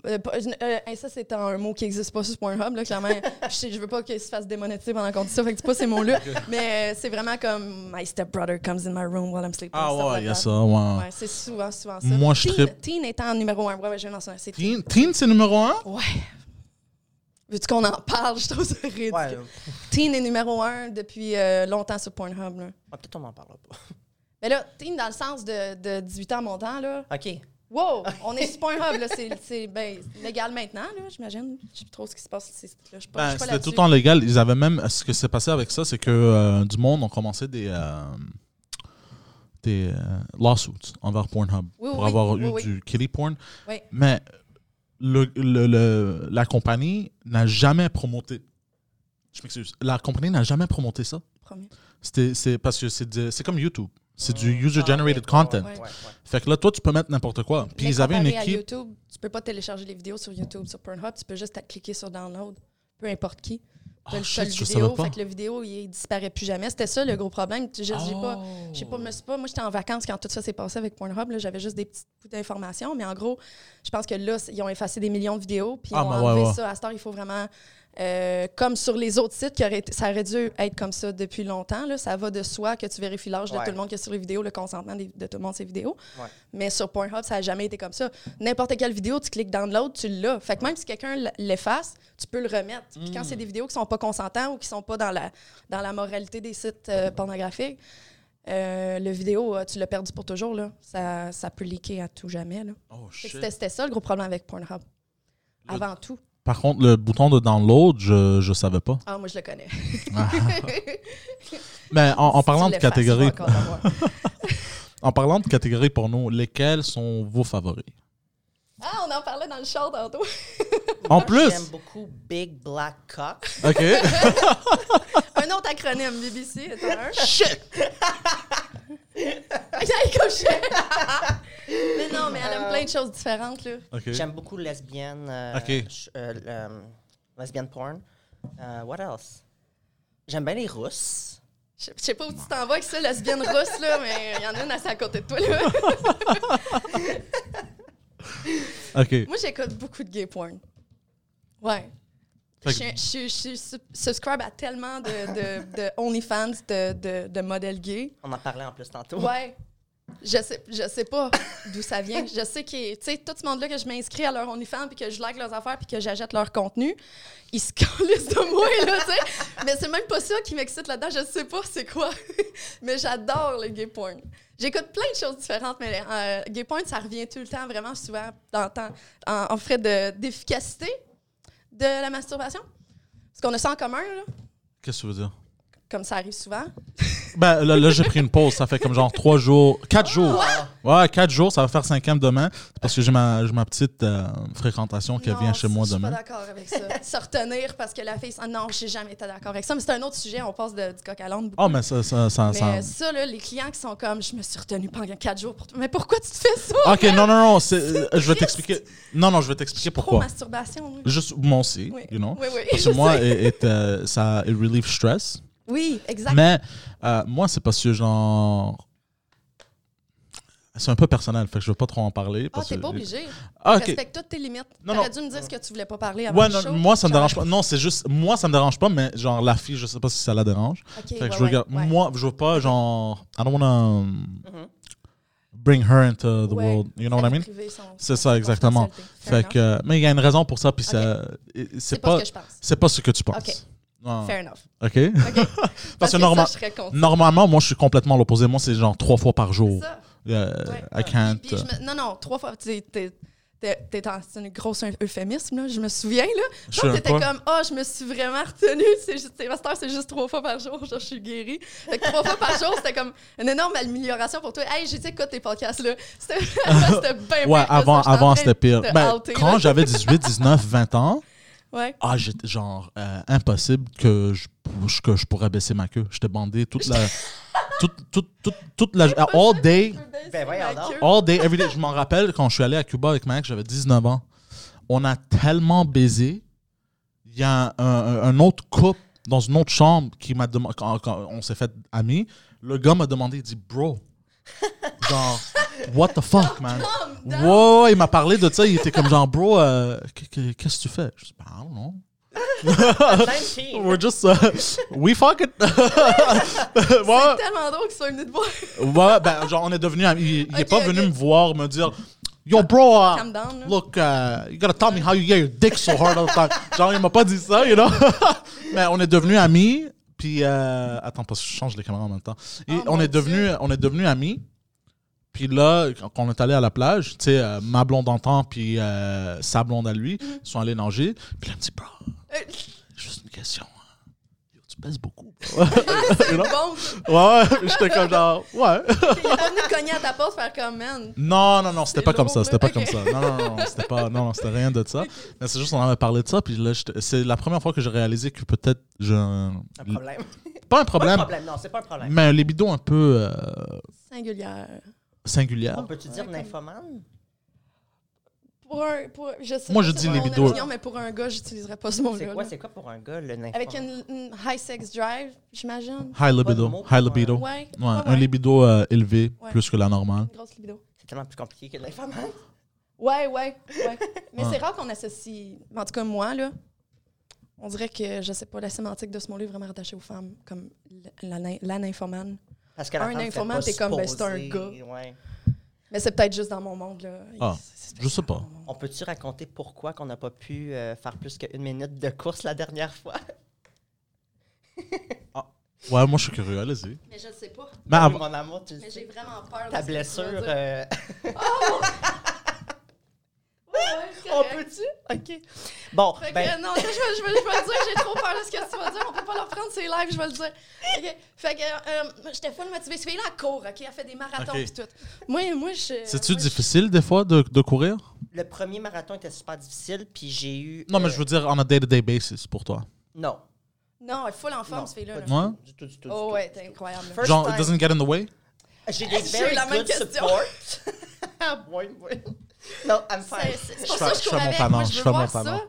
Euh, pas- euh, inceste, c'est un mot qui existe pas sur Pornhub, là, clairement. je, sais- je veux pas qu'il se fasse démonétiser pendant qu'on dit ça, fait que dis pas ces mots-là. Mais euh, c'est vraiment comme My stepbrother comes in my room while I'm sleeping.
ah
stuff
ouais,
like
il y a
that.
ça, ouais.
Ouais, c'est souvent, souvent ça.
Moi, je
Teen-
trippe.
Teen étant numéro un. Ouais, ouais, je vais mentionner. C'est Teen.
Teen, teen, c'est numéro un?
Ouais. Veux-tu qu'on en parle? Je trouve ça ridicule.
Ouais, euh,
Teen est numéro un depuis euh, longtemps sur Pornhub. Là.
ah, peut-être on n'en parlera pas.
Mais là, teen dans le sens de, de 18 ans montant, là.
OK.
Wow! On est sur Pornhub, là. C'est, c'est, ben, légal maintenant, là, j'imagine. Je sais plus trop ce qui se passe sur ces sites-là. Je suis pas, je
Ben,
suis pas
c'était tout
là-dessus.
le temps légal. Ils avaient même, ce que s'est passé avec ça, c'est que euh, du monde ont commencé des. euh, des euh, lawsuits envers Pornhub
Oui,
pour
oui,
avoir
oui,
eu
oui.
du kitty porn.
Oui.
Mais le, le- le- la compagnie n'a jamais promoté. Je m'excuse. La compagnie n'a jamais promoté ça.
Promis.
C'était- C'est parce que c'est de- c'est comme YouTube. C'est du
Mm.
user generated
Ah, ouais,
content.
ouais, ouais, ouais.
Fait que là, toi, tu peux mettre n'importe quoi. Puis
Mais
ils avaient une
comparé à
équipe.
YouTube, tu peux pas télécharger les vidéos sur YouTube. Sur Pornhub, tu peux juste à- cliquer sur Download. Peu importe qui.
Oh,
T'as le-
shit,
t'as le
je
vidéo,
savais pas.
fait que le vidéo, il disparaît plus jamais. C'était ça le gros problème. Tu- J'ai, j'ai pas.
Oh.
Je sais pas, je me suis pas. Moi, j'étais en vacances quand tout ça s'est passé avec Pornhub. là. J'avais juste des petits bouts d'informations. Mais en gros, je pense que là, c- ils ont effacé des millions de vidéos. Puis ils
Ah,
ont
ben ouais,
enlevé
ouais.
ça. À cette heure, il faut vraiment. euh, comme sur les autres sites, qui auraient été- ça aurait dû être comme ça depuis longtemps. là. Ça va de soi que tu vérifies l'âge
Ouais.
de tout le monde qui est sur les vidéos, le consentement des- de tout le monde sur les vidéos.
Ouais.
Mais sur Pornhub, ça n'a jamais été comme ça. N'importe quelle vidéo, tu cliques download, tu l'as. Fait que même si quelqu'un l- l'efface, tu peux le remettre. Puis
Hmm.
quand c'est des vidéos qui sont pas consentantes ou qui sont pas dans la, dans la moralité des sites euh, pornographiques, euh, le vidéo, euh, tu l'as perdu pour toujours. Là. Ça, ça peut leaker à tout jamais. là.
Oh,
Fait que
shit.
C'était c'était ça le gros problème avec Pornhub.
Le-
Avant tout.
Par contre, le bouton de download, je, je savais pas.
Ah, moi, je le connais.
Mais Ah. en, en parlant de
Si tu l'effaces, tu
catégorie,
vas encore l'avoir.
en parlant de catégorie porno, lesquelles sont vos favoris
ah, on en parlait dans le char tantôt. Ah,
En
J'aime
plus,
beaucoup Big Black Cock.
ok.
Un autre acronyme, BBC, est un.
Shit.
Aïe, comme je- mais non, mais elle aime plein de choses différentes, là.
Ok.
J'aime beaucoup lesbienne. euh,
Ok.
ch- euh, l- euh, lesbienne porn. Euh, what else? J'aime bien les russes.
Je je sais pas où tu t'en vas avec ça, lesbienne russe, là, mais il y en a une assez à côté de toi, là.
Ok.
Moi, j'écoute beaucoup de gay porn. Ouais.
Fait
Je,
que-
je, je suis sub- subscribe à tellement de, de, de OnlyFans de, de, de modèles gays.
On en parlait en plus tantôt.
Ouais. Je sais, je sais pas d'où ça vient. Je sais que, tu sais, tout ce monde-là que je m'inscris à leur OnlyFans, puis que je like leurs affaires, puis que j'achète leur contenu, ils se calissent de moi, là, tu sais. Mais c'est même pas ça qui m'excite là-dedans. Je sais pas c'est quoi. mais j'adore le gay porn. J'écoute plein de choses différentes, mais euh, gay porn, ça revient tout le temps, vraiment souvent, dans, temps- en, en frais de- d'efficacité de, la masturbation. Parce qu'on a ça en commun, là,
Qu'est-ce que tu veux dire?
comme ça arrive souvent.
Ben là, là, j'ai pris une pause. Ça fait comme genre trois jours, quatre jours. Ouais, quatre jours. Ça va faire cinquième demain. C'est parce que j'ai ma, j'ai ma petite euh, fréquentation qui
Non,
vient chez moi
Je suis pas
demain.
d'accord avec ça. Se retenir parce que la fille. ah non, j'ai jamais été d'accord avec ça. Mais c'est un autre sujet, on passe de, du coq à l'âne beaucoup.
Ah, mais ça, ça, ça,
mais
ça-
euh, ça, là, les clients qui sont comme, je me suis retenue pendant quatre jours pour toi. Mais pourquoi tu te fais ça?
Ok, non, non, non. c'est- euh, je vais t'expliquer. Non, non, je vais t'expliquer
Pro
pourquoi.
masturbation. Oui,
Juste moi aussi,
oui.
you know.
oui, oui.
Parce que
je
moi,
sais.
it- it, euh, ça it relieve stress.
oui, exact.
Mais euh, moi, c'est parce que genre. C'est un peu personnel, fait que je veux pas trop en parler.
Ah,
Parce
t'es
que-
pas obligé.
Ah, ok.
Respecte toutes tes limites.
Non,
T'aurais
non.
dû me dire ce que tu voulais pas parler avant
Ouais,
le
non,
show.
moi, ça me
J'aurais-
dérange pas. Non, c'est juste. Moi, ça me dérange pas, mais genre, la fille, je sais pas si ça la dérange.
Ok,
Fait que
ouais,
je
ouais,
regarde.
ouais. Mm-hmm.
Moi, je veux pas, genre. I don't wanna. um, Bring her into the
Ouais.
world. You know what I mean?
Privé, son-
C'est
son
ça, exactement.
confidentialité. Fair
Fait
enough.
que. euh, Mais il y a une raison pour ça, puis ça. et- et
C'est
C'est
pas
pas.
ce que je pense.
C'est pas ce que tu penses.
Ok.
Non.
Fair enough.
OK? Parce que
ça,
normal-
je serais contre.
Normalement, moi, je suis complètement l'opposé. Moi, c'est genre trois fois par jour.
Ça.
Euh,
Ouais.
I can't.
Puis je me- Non, non, trois fois. tu sais, t'es- t'es- t'es en- C'est une grosse eu- euphémisme, là, je me souviens. Là.
Je
Non,
sais
t'étais
pas.
comme, ah, je me suis vraiment retenue. C'est juste, c'est- Master, c'est juste trois fois par jour. Genre, je suis guérie. Fait que trois fois par jour, c'était comme une énorme amélioration pour toi. Hey, j'ai dit, écoute tes podcasts, là. C'était c'était bien pire que
Ouais,
ça.
avant,
J'étais en
avant
train
c'était pire.
de te
Ben,
outer,
quand
là.
j'avais 18, 19, 20 ans,
Ouais.
ah, j'étais genre euh, impossible que je, pou- que je pourrais baisser ma queue. J'étais bandé toute la. toute, toute, toute, toute la. All day,
Ben voyons donc.
all day, every day. Je m'en rappelle quand je suis allé à Cuba avec Max, j'avais 19 ans. On a tellement baisé. Il y a un, un- un autre couple dans une autre chambre qui m'a demandé. Quand, quand on s'est fait amis, le gars m'a demandé, il dit, bro. Genre, what the fuck, man?
Calm
Ouais,
down.
ouais, ouais, il m'a parlé de ça. Il était comme genre, bro, euh, qu- qu- qu'est-ce que tu fais? Je dis, ben, I don't know.
Nineteen.
We're just. euh, we fuck it. ouais,
C'est tellement drôle qu'ils soient venus te voir.
ouais, ben, genre, on est devenu. amis. Il, il est
Ok,
pas
ok.
venu me voir, me dire, yo, bro, euh,
Calm down, là.
look, uh, you gotta tell me how you get your dick so hard all the time. Genre, il m'a pas dit ça, you know. Mais on est devenu amis. Puis, euh, attends, parce que je change les caméras en même temps. Et
Oh,
on,
mon
est devenu, on est devenu amis. Puis là, quand on est allé à la plage, tu sais, euh, ma blonde d'antan puis euh, sa blonde à
Mm.
lui sont allés nager. Puis là, elle me dit, bro,
Euh,
juste une question. hein. Yo, tu baisses beaucoup.
Ah, C'est
You know?
bon.
Ouais, j'étais comme genre, ouais.
Il est pas venu cogner à ta porte, faire comme, man.
Non, non, non, c'était
C'est
pas comme
lourd,
ça,
là.
c'était pas
Ok.
comme ça. Non, non, non, non, c'était pas, non, non, c'était rien de ça. Mais c'est juste qu'on avait parlé de ça, puis là, j'étais- c'est la première fois que j'ai réalisé que peut-être j'ai un...
Un problème.
Pas un
Pas un
problème,
problème, non, c'est pas un problème.
mais un libido un peu euh,
Singulière.
singulière.
On peut-tu dire nymphomane?
Pour un, pour, je sais
Moi,
pas
je
si
dis
c'est mon
libido.
opinion, mais pour un gars, j'utiliserais pas ce mot-là.
C'est quoi,
Oh là.
c'est quoi pour un gars, le nymphomane?
Avec une, une high sex drive, j'imagine.
High
Pas de mot
libido,
pour
high libido.
Ouais.
Ouais,
ouais,
un
ouais.
libido euh, élevé,
Ouais.
plus que la normale.
Une grosse libido.
C'est tellement plus compliqué que le nymphomane.
Ouais, ouais, ouais. mais
Ouais.
c'est rare qu'on associe. En tout cas, moi, là, on dirait que, je sais pas, la sémantique de ce mot-là est vraiment rattachée aux femmes, comme la, la, la nymphomane.
Parce que
Un nymphomane, t'es comme, ben, c'est un gars.
Ouais.
Mais c'est peut-être juste dans mon monde, là.
Ah,
C'est- c'est
je sais pas.
dans mon monde.
On peut-tu raconter pourquoi qu'on n'a pas pu euh, faire plus qu'une minute de course la dernière fois?
Ouais, moi, je suis curieux, allez-y.
Mais je sais pas.
Mais
Oui,
avant...
Mon amour, tu le
Mais
sais.
j'ai vraiment peur.
Ta
de ce que tu vas
blessure.
dire.
euh,
Ouais, ouais, c'est
on
correct.
peut-tu? OK. Bon,
Fait que,
ben,
euh, non, ça, je vais, je, vais, je vais le dire, j'ai trop peur de ce que tu vas dire. On peut pas leur prendre, c'est live, je vais le dire. Ok. Fait que euh, euh, j'étais full motivée. C'est là en cours, OK? Elle fait des marathons
Ok.
et tout. Moi, moi je.
C'est-tu
euh, moi, je-
difficile, des fois, de, de courir?
le premier marathon était super difficile, puis j'ai eu.
Non, mais
euh,
je veux dire, on a day-to-day basis, pour toi.
Non.
Non, elle est full en
non,
forme, ce
pas
fille-là. là.
du
Ouais.
tout, Du tout, du tout. du
Oh
tout.
ouais, t'es incroyable. là.
First
Genre, it
time.
doesn't get in the way?
J'ai des
J'ai eu
very
la même
good
question.
support. Ah, oui, oui. Non, I'm
C'est-
fine.
C'est c'est
Je
pour
fais-
ça que
je
je
fais
cours
mon
avec.
talent,
Moi,
je
je veux
fais mon
voir ça.
talent.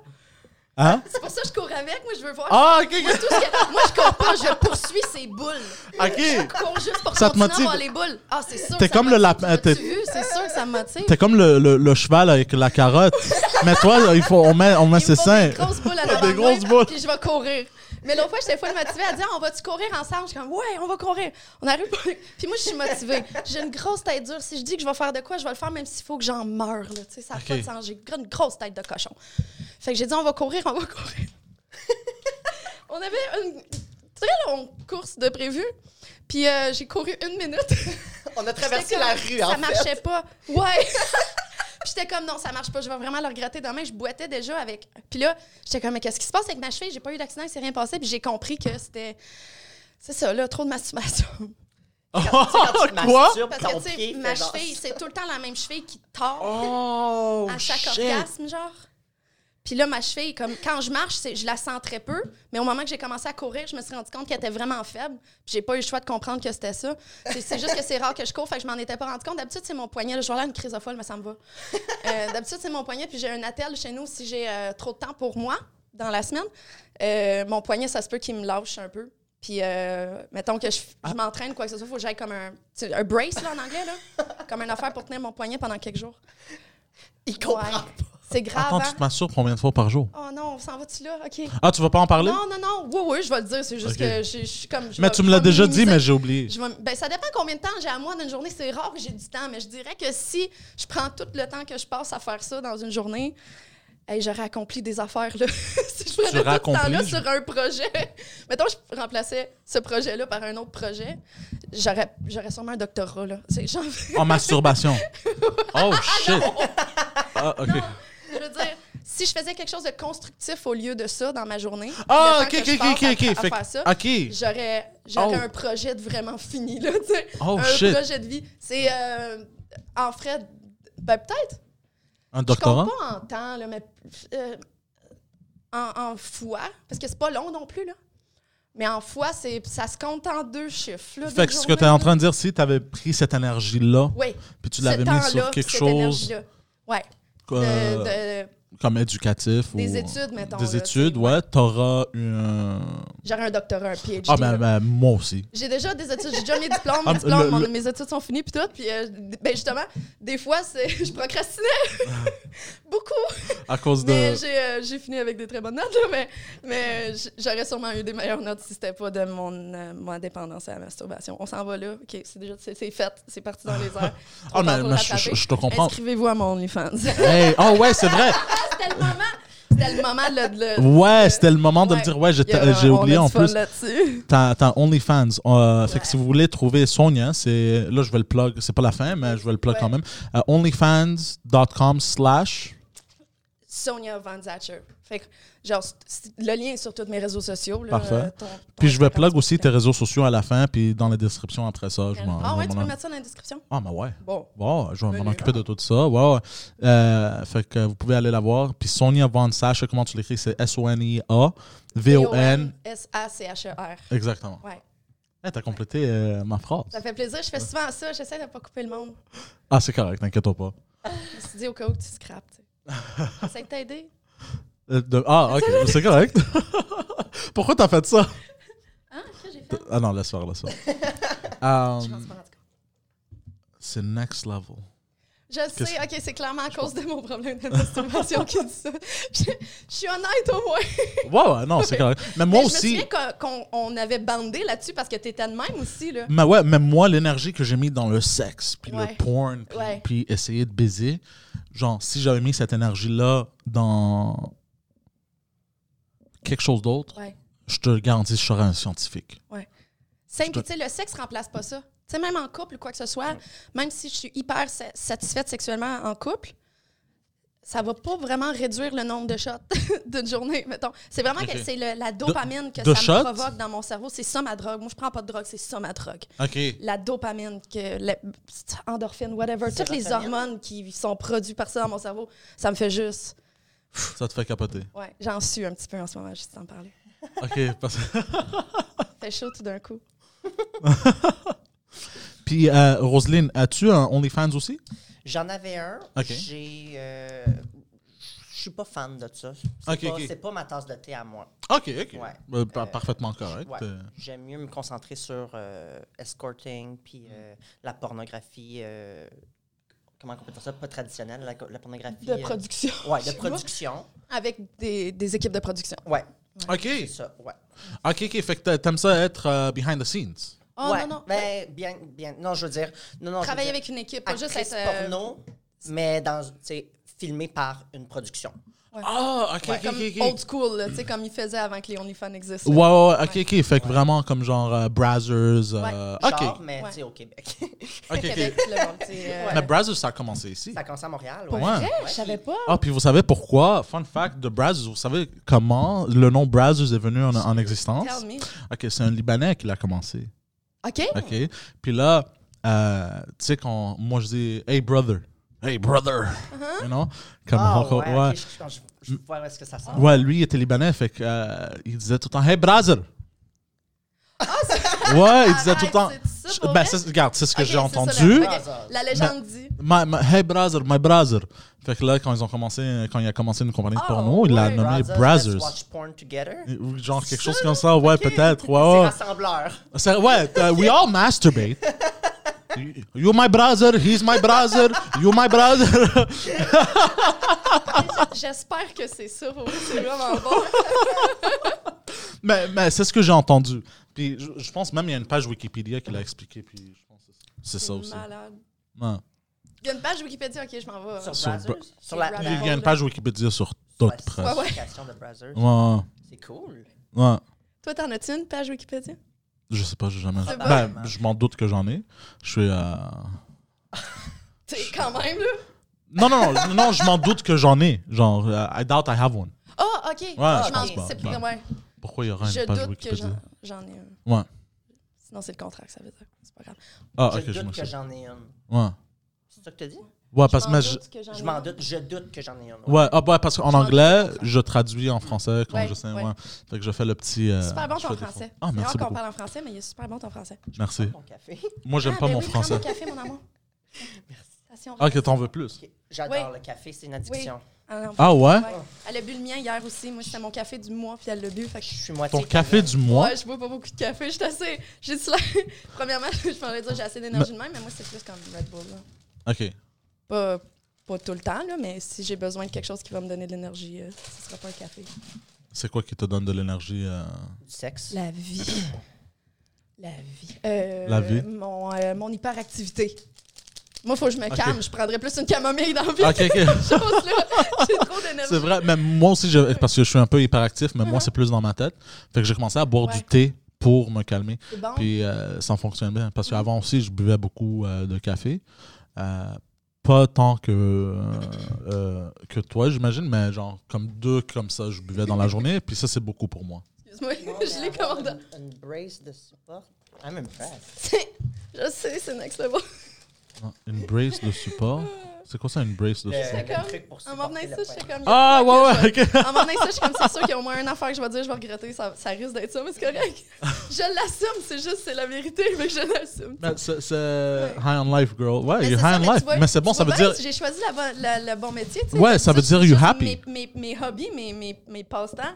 Hein?
C'est pour ça que je cours avec. Moi, je veux voir.
Ah, OK,
Moi, tout ce que- moi, je cours pas, je poursuis ces boules.
OK.
Je cours juste pour
Ça te
continuer à
motive.
avoir les boules. Ah, c'est sûr.
T'es
ça
comme
motive.
le lapin,
T'as-tu
t'es-
vu? C'est sûr que ça me motive.
T'es comme le, le, le cheval avec la carotte. Mais toi, là, il faut, on met, on met
Il me
ses
faut
seins.
Des grosses boules à
Des
l'avant de
grosses
moi,
boules.
Puis je vais courir. Mais l'autre fois, j'étais folle motivée à dire Ah, on va-tu courir ensemble Je suis comme ouais, on va courir. On arrive. Puis moi, je suis motivée. J'ai une grosse tête dure. Si je dis que je vais faire de quoi, je vais le faire même s'il faut que j'en meure. Là. Tu sais, Ça n'a pas
Ok.
de sens. J'ai une grosse tête de cochon. Fait que j'ai dit on va courir, on va courir. on avait une très longue course de prévue. Puis euh, j'ai couru une minute.
On a traversé
J'étais
la
comme,
rue,
Ça
en fait.
marchait pas. Ouais. Puis j'étais comme, non, ça marche pas. Je vais vraiment le regretter demain. Je boitais déjà avec. Puis là, j'étais comme, mais qu'est-ce qui se passe avec ma cheville? J'ai pas eu d'accident, il s'est rien passé. Puis j'ai compris que c'était. C'est ça, là, trop de masturbation.
Quand tu
Quoi?
masturbes,
Parce
ton
que, tu
pied
sais,
fait
ma
genre-
cheville, c'est tout le temps la même cheville qui tord
Oh,
à chaque
shit.
orgasme, genre. Puis là, ma cheville, comme quand je marche, c'est- je la sens très peu, mais au moment que j'ai commencé à courir, je me suis rendu compte qu'elle était vraiment faible. Puis j'ai pas eu le choix de comprendre que c'était ça. C'est- C'est juste que c'est rare que je cours, fait que je m'en étais pas rendu compte. D'habitude, c'est mon poignet. Là, je vois là une crise folle, mais ça me va. Euh, D'habitude, c'est mon poignet, puis j'ai un attel chez nous si j'ai euh, trop de temps pour moi dans la semaine. Euh, mon poignet, ça se peut qu'il me lâche un peu. Puis, euh, mettons que je, je
Ah.
m'entraîne, quoi que ce soit, faut que j'aille comme un, tu sais, un brace, là, en anglais, là, comme une affaire pour tenir mon poignet pendant quelques jours.
Il comprend.
Ouais. C'est grave,
Attends, tu
hein?
te masturbes combien de fois par jour?
Oh non, on s'en va-tu là? OK.
Ah, tu vas pas en parler?
Non, non, non. Oui, oui, je vais le dire. C'est juste
Ok.
que je, je suis comme... je
mais
vais-
tu me
je
l'as
vais
déjà dit,
minimiser.
mais j'ai oublié.
Je vais- ben, ça dépend combien de temps j'ai à moi dans une journée. C'est rare que j'ai du temps, mais je dirais que si je prends tout le temps que je passe à faire ça dans une journée, hey, j'aurais accompli des affaires. Là. si je
J'aurais
prenais tout ce temps-là
accompli, je-
sur un projet, mettons, je remplaçais ce projet-là par un autre projet, j'aurais j'aurais sûrement un doctorat. Là. C'est genre-
En masturbation. Oh, shit. Ah, ok.
je veux dire, si je faisais quelque chose de constructif au lieu de ça dans ma journée,
Ah,
le temps
ok,
que
ok,
je
ok,
passe
ok, ok.
à- à
Fait que-
faire ça,
Ok.
j'aurais j'aurais
Oh.
un projet de vraiment fini là, tu sais.
Oh,
un
shit.
projet de vie, c'est euh, en frais ben peut-être
Un
je
doctorat?
compte pas en temps là, mais euh, en, en fois parce que c'est pas long non plus là. Mais en fois, c'est ça se compte en deux chiffres là,
Fait
deux
que ce que
journées,
tu es en
là.
train de dire, si tu avais pris cette énergie-là,
Oui,
puis tu
ce
l'avais mis
temps-là,
sur quelque
cette
chose
énergie-là. Ouais,
euh,
de- de-
comme éducatif ou.
des études mettons. là,
Des
tu sais.
études, ouais. T'auras une.
J'aurais un doctorat, un PhD.
Ah, ben,
là.
ben, moi aussi.
J'ai déjà des études, j'ai déjà mes diplômes,
Ah,
mes, diplômes,
le-
mon-
le-
mes études sont finies puis tout, puis euh, ben justement, des fois c'est je procrastinais
Ah.
beaucoup,
À cause de.
mais j'ai euh, j'ai fini avec des très bonnes notes, là, mais, mais j- j'aurais sûrement eu des meilleures notes si c'était pas de mon euh, ma dépendance à la masturbation. On s'en va là, ok, c'est déjà c'est c'est fait, c'est parti dans les airs.
Ah,
On
mais,
va
mais je, je-
rattraper.
je te comprends.
Inscrivez-vous à mon OnlyFans.
Hey, oh, ouais, c'est vrai.
c'était le moment, c'était le moment là, de le
Ouais, c'était le moment de me
Euh, Ouais.
dire, ouais, j'étais-
Il y a-
j'ai
on a
oublié
du
en
fun
plus.
là-dessus.
T'as t'as OnlyFans. Euh, Fait que
Ouais.
si vous voulez trouver Sonia, c'est. Là, je vais le plug. C'est pas la fin, mais je vais le plug
Ouais.
quand même. Euh, OnlyFans.com slash.
Sonia Van Zatcher. Fait que, genre, c- c- le lien est sur tous mes réseaux sociaux. Là,
Parfait.
euh, ton- ton
Puis je vais plug
référence
aussi tes
préférée.
réseaux sociaux à la fin, puis dans la description après ça. Je m'en-
Ah ouais, tu peux
m'en-
mettre ça dans la description?
Ah, bah ouais.
Bon.
Wow, je vais m'en
Menu.
occuper de tout ça. Wow. Euh, fait que vous pouvez aller la voir. Puis Sonia Von Sache, comment tu l'écris C'est S-O-N-I-A, V-O-N.
S-A-C-H-E-R.
Exactement.
E Ouais.
Hey, T'as complété euh, ma phrase.
Ça fait plaisir, je fais souvent ça, j'essaie de pas couper le monde.
Ah, c'est correct, t'inquiète pas.
Je me suis dit au cas où tu scrapes, tu sais. J'essaie de t'aider.
Euh, de- Ah, ok, c'est correct. Pourquoi t'as fait ça
Hein? Qu'est-ce que j'ai fait?
Ah non, laisse faire, laisse faire.
Je m'en
Um,
suis pas rendu compte.
c'est next level.
Je sais, ok, c'est clairement à cause de mon problème de masturbation qui dit ça. Je, je suis honnête au moins.
Wow, ouais, non, c'est correct. Mais moi
Mais
aussi.
Je me souviens qu'on- qu'on on avait bandé là-dessus parce que t'étais de même aussi, là.
Mais ouais, même moi, l'énergie que j'ai mis dans le sexe, puis
Ouais.
le porn, puis,
Ouais.
puis essayer de baiser, genre, si j'avais mis cette énergie-là dans quelque chose d'autre,
Ouais.
je te garantis, je serais un scientifique.
Simple,
Je te-
puis tu sais, le sexe remplace pas ça. Tu sais, même en couple ou quoi que ce soit, même si je suis hyper sa- satisfaite sexuellement en couple, ça va pas vraiment réduire le nombre de shots d'une journée, mettons. C'est vraiment que
Ok.
c'est le- la dopamine que
de
ça
shots?
me provoque dans mon cerveau. C'est ça ma drogue. Moi, je prends pas de drogue, c'est ça ma drogue.
OK.
La dopamine, que la- endorphine, whatever, toutes les
Sérotonine.
hormones qui sont produites par ça dans mon cerveau, ça me fait juste...
Ça te fait capoter.
Ouais, j'en suis un petit peu en ce moment, juste en parler.
OK. parce-
Fait chaud tout d'un coup.
puis, euh, Roselyne, as-tu un OnlyFans aussi?
J'en avais un.
Ok.
J'ai. euh, je suis pas fan de ça. C'est
Ok,
pas,
ok.
c'est pas ma tasse de thé à moi.
OK, OK.
Ouais.
Euh, pa-
Euh,
parfaitement correct.
Ouais.
Euh,
J'aime mieux me concentrer sur euh, escorting, puis euh, la pornographie. euh, comment on peut dire ça? Pas traditionnelle, la, la pornographie.
De
euh,
production.
Ouais, de
Chez moi.
production.
Avec des, des équipes de production.
Ouais.
OK.
C'est ça, ouais.
OK, OK. Fait que t'a- t'aimes ça être euh, behind the scenes.
Oh
Ouais,
non, non.
Ben, bien, bien. Non, je veux dire. Non, non, je veux
Travailler
dire,
avec une équipe, pas juste
Ah, actrice
être. euh,
porno, mais dans, tu sais, filmé par une production.
Ah, OK, OK,
Comme
OK.
old school, là, tu sais, comme ils faisaient avant que les OnlyFans existent.
Ouais, ouais, ouais, OK, OK. Fait que vraiment comme genre euh, Brazzers. euh,
Genre,
OK.
mais
Ouais.
tu sais, au Québec.
OK,
Au
OK.
Québec, le monde, tu sais, euh,
Mais Brazzers, ça a commencé ici.
ça commence à Montréal.
Ouais.
Vrai, je savais pas.
Ah, puis vous savez pourquoi? Fun fact de Brazzers, vous savez comment le nom Brazzers est venu en, en existence?
Tell me.
OK, c'est un Libanais qui l'a commencé.
OK?
Oh.
OK? Puis là, euh, tu sais, quand moi je dis Hey brother, Hey brother, you know? Comme
Uh-huh. Ah,
on-
ouais,
ouais.
ok, je, je- je vois où est-ce que ça sort.
Ouais, lui il était libanais, fait que, euh, il disait tout le temps Hey brother. ouais, il disait tout le temps.
Ah, Arrête, c'est ça, pour
ben,
vrai?
c'est- regarde, c'est ce que
Ok,
j'ai
c'est Ah, ça,
entendu.
la- ok, La légende dit.
My- my- hey brother, my brother. Fait que là, quand ils ont commencé, quand il a commencé une compagnie de
Oh,
porno, il l'a
ouais.
nommé
Brothers, let's
Brazzers.
watch porn together.
Genre quelque chose comme ça, ouais, peut-être. Ouais,
C'est
ouais.
rassembleur.
C'est- ouais, t'as- we all masturbate. You my brother, he's my brother, you my brother.
J'espère que c'est ça, pour vrai, c'est vraiment bon.
mais mais c'est ce que j'ai entendu. Puis je, je pense même il y a une page Wikipédia qui l'a expliqué. Puis je pense que c'est ça aussi.
Malade.
Ouais.
Il y a une page Wikipédia, ok, je m'en vais.
Sur
Sur
Brazzers.
Bra-
Sur la
Sur
Il y a une page Wikipédia sur tout
la
presque.
Ah, ben, ouais.
signification de Brazzers.
Ouais, ouais,
C'est cool.
ouais.
Toi, t'en as-tu une page Wikipédia?
Je sais pas, j'ai jamais.
C'est
Ben,
bon.
je m'en doute que j'en ai. Je suis. euh,
T'es quand même, là.
Non, non, non, non, je m'en doute que j'en ai. Genre, euh, I doubt I have one.
Ah, ok.
Ouais, je
je m'en-
pense pas.
c'est-
Ben,
ouais.
Pourquoi il y aura une
Je
page
doute que j'en
Wikipédia
j'en ai un.
Ouais.
Sinon, c'est le contraire que ça veut dire. C'est pas grave.
Ah, ok,
je
je me
doute que
suis.
j'en ai une.
Ouais.
C'est ça que tu dis?
Ouais, Ah, parce
Je
que.
m'en
mais je-
doute que j'en
Je
ai
m'en
un.
doute. Je doute que j'en ai une.
Ouais, ah, ouais, parce qu'en
Je m'en
anglais, je traduis en français quand
Ouais,
je sais.
ouais.
ouais. Fait que je fais le petit. euh,
Super bon
je
ton
fais des
français.
fonds. Ah,
c'est rare
merci
qu'on
beaucoup.
parle en français, mais il est super bon ton français.
Merci.
Ton café.
Moi, j'aime
Ah,
pas
ben
mon
oui,
français.
Prends mon café, mon amour. Merci.
Ah, que t'en veux plus.
Ok, J'adore
Oui.
le café, c'est une addiction.
Ah, non,
Ah, ouais?
ouais. Elle a bu le mien hier aussi. Moi, c'était mon café du mois, puis elle l'a bu. Fait que je
Je
suis.
suis moitié.
Ton café du mois?
Ouais, je bois pas beaucoup de café. Je suis assez. J'ai de l'air- Premièrement, je pourrais dire j'ai assez d'énergie de même, mais moi, c'est plus comme Red Bull. là.
Ok.
Pas, pas tout le temps, là, mais si j'ai besoin de quelque chose qui va me donner de l'énergie, euh, ce sera pas un café.
C'est quoi qui te donne de l'énergie? euh?
du sexe.
La vie. La vie.
La vie.
Mon, euh, mon hyperactivité. Moi, faut que je me
Ok.
calme. Je prendrais plus une camomille dans la vie.
Ok, ok.
là J'ai trop d'énergie.
C'est vrai, mais moi aussi, je- parce que je suis un peu hyperactif, mais moi, c'est plus dans ma tête. Fait que j'ai commencé à boire
Ouais. Ah.
du thé pour me calmer.
C'est bon.
Puis euh, ça fonctionne bien.
Mm.
Parce qu'avant aussi, je buvais beaucoup euh, de café. Euh, pas tant que, euh, euh, que toi, j'imagine, mais genre comme deux comme ça, je buvais dans la journée. Puis ça, c'est beaucoup pour moi.
Excuse-moi,
Moi,
je l'ai
mais avoir
commandé.
Une, une brace de support. I'm impressed.
je sais, c'est next
Euh,
level.
Ah, Une brace de support. C'est quoi ça, une brace de support?
Le- le
comme-
truc pour
En m'emmenant
supporter
ça,
le
je suis
poids.
comme.
Ah, ouais, ouais, ok.
En m'emmenant ça, je suis comme, c'est sûr qu'il y a au moins une affaire que je vais dire, je vais regretter. Ça, ça risque d'être ça, mais c'est correct. je l'assume, c'est juste, c'est la vérité, mais je l'assume.
Mais c'est- c'est high on life, girl. Ouais,
Mais
you're
c'est ça,
high on
tu
Ah, life.
vois-
mais c'est bon,
tu
ça veut
vois
dire.
bien, J'ai choisi la bonne- la- le bon métier, tu sais.
Ouais, ça veut dire you
juste
happy.
Mes, mes, mes hobbies, mes, mes, mes passe-temps,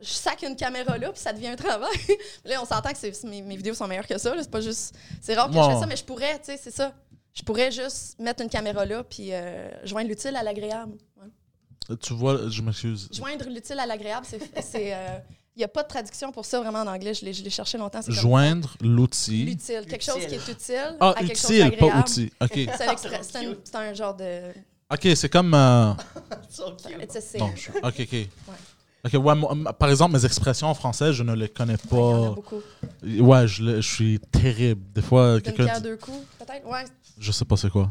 je sac une caméra là, puis ça devient un travail. là, on s'entend que c'est- mes, mes vidéos sont meilleures que ça. là, C'est pas juste. C'est rare que je
Ouais.
fais ça, mais je pourrais, tu sais, c'est ça. Je pourrais juste mettre une caméra là, puis euh, joindre l'utile à l'agréable. Ouais.
Tu vois, je m'excuse.
Joindre l'utile à l'agréable, c'est. euh, Il n'y a pas de traduction pour ça vraiment en anglais. Je l'ai je l'ai cherché longtemps. c'est comme
Joindre l'outil.
L'utile. Quelque chose qui est utile.
Ah,
à quelque chose
utile, pas
d'agréable.
outil. Ok.
C'est un extra- C'est un, c'est un genre de.
Ok, c'est comme. euh,
So cute.
It's a saying.
Non, je- ok, ok. Ok, ouais, moi, m- par exemple, mes expressions en français, je ne les connais
Ouais, il y en a
pas.
beaucoup.
Ouais, je, le- je suis terrible. Des fois,
D'une
quelqu'un
pierre
dit-
deux coups, peut-être. Ouais.
Je sais pas c'est quoi.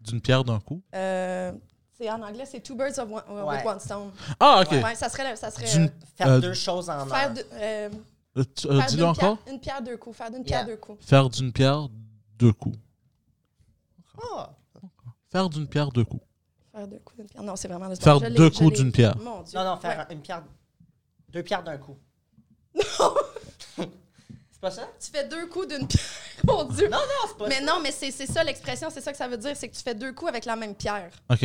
D'une pierre d'un coup?
Euh, c'est en anglais, c'est two birds of one, uh,
Ouais.
with one stone.
Ah, ok.
Ouais, ça serait, le- ça serait
D'une-
euh,
Faire
Euh,
deux choses en
faire,
un.
de- euh,
Euh, tu- euh,
faire
Dis-le
d'une pierre,
encore.
une pierre deux coups, faire d'une pierre
Yeah.
deux coups.
Faire d'une pierre deux coups.
Ah,
Faire d'une pierre deux coups.
Faire deux coups d'une pierre. Non, c'est vraiment le
Faire
je l'ai-
deux
je
coups
l'ai-
d'une pierre.
Mon Dieu.
Non, non, faire
Ouais.
une pierre. Deux pierres d'un coup. Non! c'est pas ça?
Tu fais deux coups d'une pierre. Mon Dieu.
Non, non, c'est pas
mais
ça.
non, mais c'est c'est ça l'expression, c'est ça que ça veut dire, c'est que tu fais deux coups avec la même pierre.
Ok.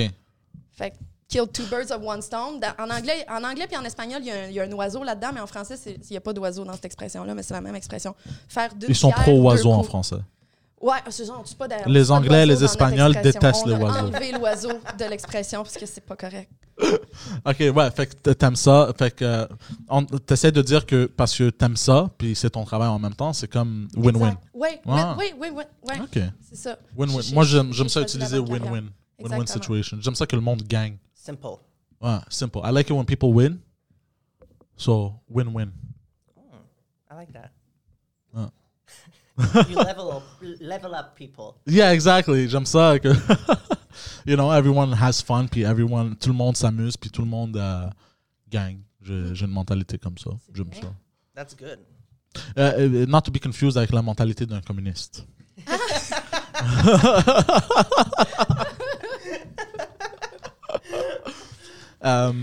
Fait que kill two birds of one stone. Dans- en anglais, en anglais puis en espagnol, il y, a un- il y a un oiseau là-dedans, mais en français, c'est- il n'y a pas d'oiseau dans cette expression-là, mais c'est la même expression. Faire d'une
Ils sont
pierre
pro
deux
oiseaux en
coups.
français.
Ouais, ce genre, tu pas d'ailleurs.
Les
c'est pas de
Anglais et les
l'oiseau dans notre
Espagnols
expression.
détestent
On
le
a
oiseau.
enlevé l'oiseau de l'expression parce que c'est pas correct.
OK, ouais, fait que t'aimes ça. Fait que euh, on- t'essaies de dire que parce que t'aimes ça, puis c'est ton travail en même temps, c'est comme win-win.
Oui,
Ah.
oui, oui, oui, oui.
OK.
C'est ça.
Win-win.
J'ai-
Moi, j'aime
j'ai
j'aime ça
choisi la
utiliser
bonne carrière.
win-win. Win-win
Exactement.
situation. J'aime ça que le monde gagne.
Simple.
Ouais, simple. I like it when people win. So, win-win.
I like that.
Ah.
you level up, level up people.
Yeah, exactly. J'aime ça que you know, everyone has fun puis everyone tout le monde s'amuse puis tout le monde euh, gagne. Je- J'ai une mentalité comme ça. J'aime ça.
That's good.
Euh, euh, not to be confused avec la mentalité d'un communiste. Euh,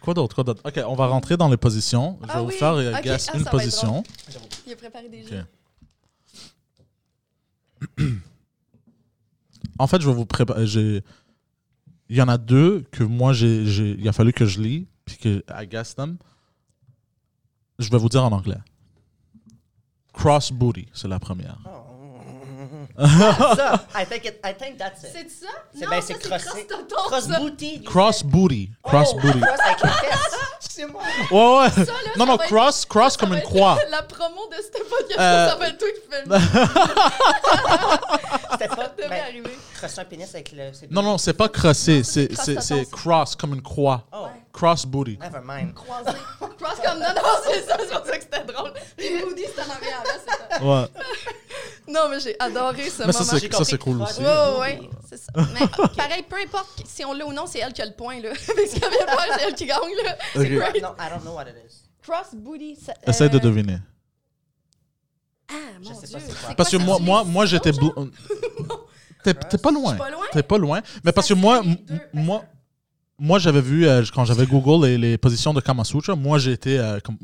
quoi d'autre, quoi d'autre? Ok, on va rentrer dans les positions. Je vais
Ah
vous
oui,
faire euh,
ok,
guess
ah,
une
ça va être
position.
Il a préparé des
Ok.
jeux.
en fait, je vais vous préparer. j'ai- Il y en a deux que moi, j'ai, j'ai- il a fallu que je lis, puis que I guess them. Je vais vous dire en anglais. Cross booty, c'est la première.
Oh. so, I think it, I think that's it.
C'est ça?
C'est-
non,
ben,
ça,
c'est
c'est
crossé.
cross-toton,
Cross
ça.
booty. you
Cross
said.
booty, cross
Oh,
booty.
Cross avec les fesses. Excusez-moi.
Ouais, ouais.
Ça, là,
non,
ça
non,
va être-
cross, cross comme
ça
une
va être
croix.
La promo de cette podcast,
Euh,
ça va être toi qui fais le
C'était pas.
devait
Ben,
arriver.
crosser un pénis avec le. c'est-
Non, non, c'est pas crosser,
c'est
c'est,
cross
c'est,
toton,
c'est
ça.
cross comme une croix.
Oh,
Cross booty.
never mind.
Croisé. Cross comme non, non, c'est ça, c'est pour ça que c'était drôle. Puis Moody, c'était en arrière, là, c'est ça.
Ouais.
Non, mais j'ai adoré ce
Mais
moment.
ça, c'est, ça, c'est cool aussi.
Ouais, ouais, ouais, c'est ça. Mais euh, pareil, peu importe si on l'a ou non, c'est elle qui a le point, là. Avec ce qu'elle vient de faire, c'est elle qui gagne, là.
Ok.
C'est great.
No, I don't know what it is.
Cross booty. ça-
Essaye de
euh,
deviner.
Ah, mon
Je sais
Dieu.
pas c'est quoi.
Parce que
ça,
moi,
c'est
moi,
du
moi j'étais.
ciseau,
blo- T'es t'es pas loin.
suis pas loin?
T'es pas loin. Mais parce que
c'est
moi,
les
m-
deux, ben. parce
moi, moi j'avais vu, euh, quand j'avais Google les, les positions de Kama Sutra, moi, j'étais euh, comme.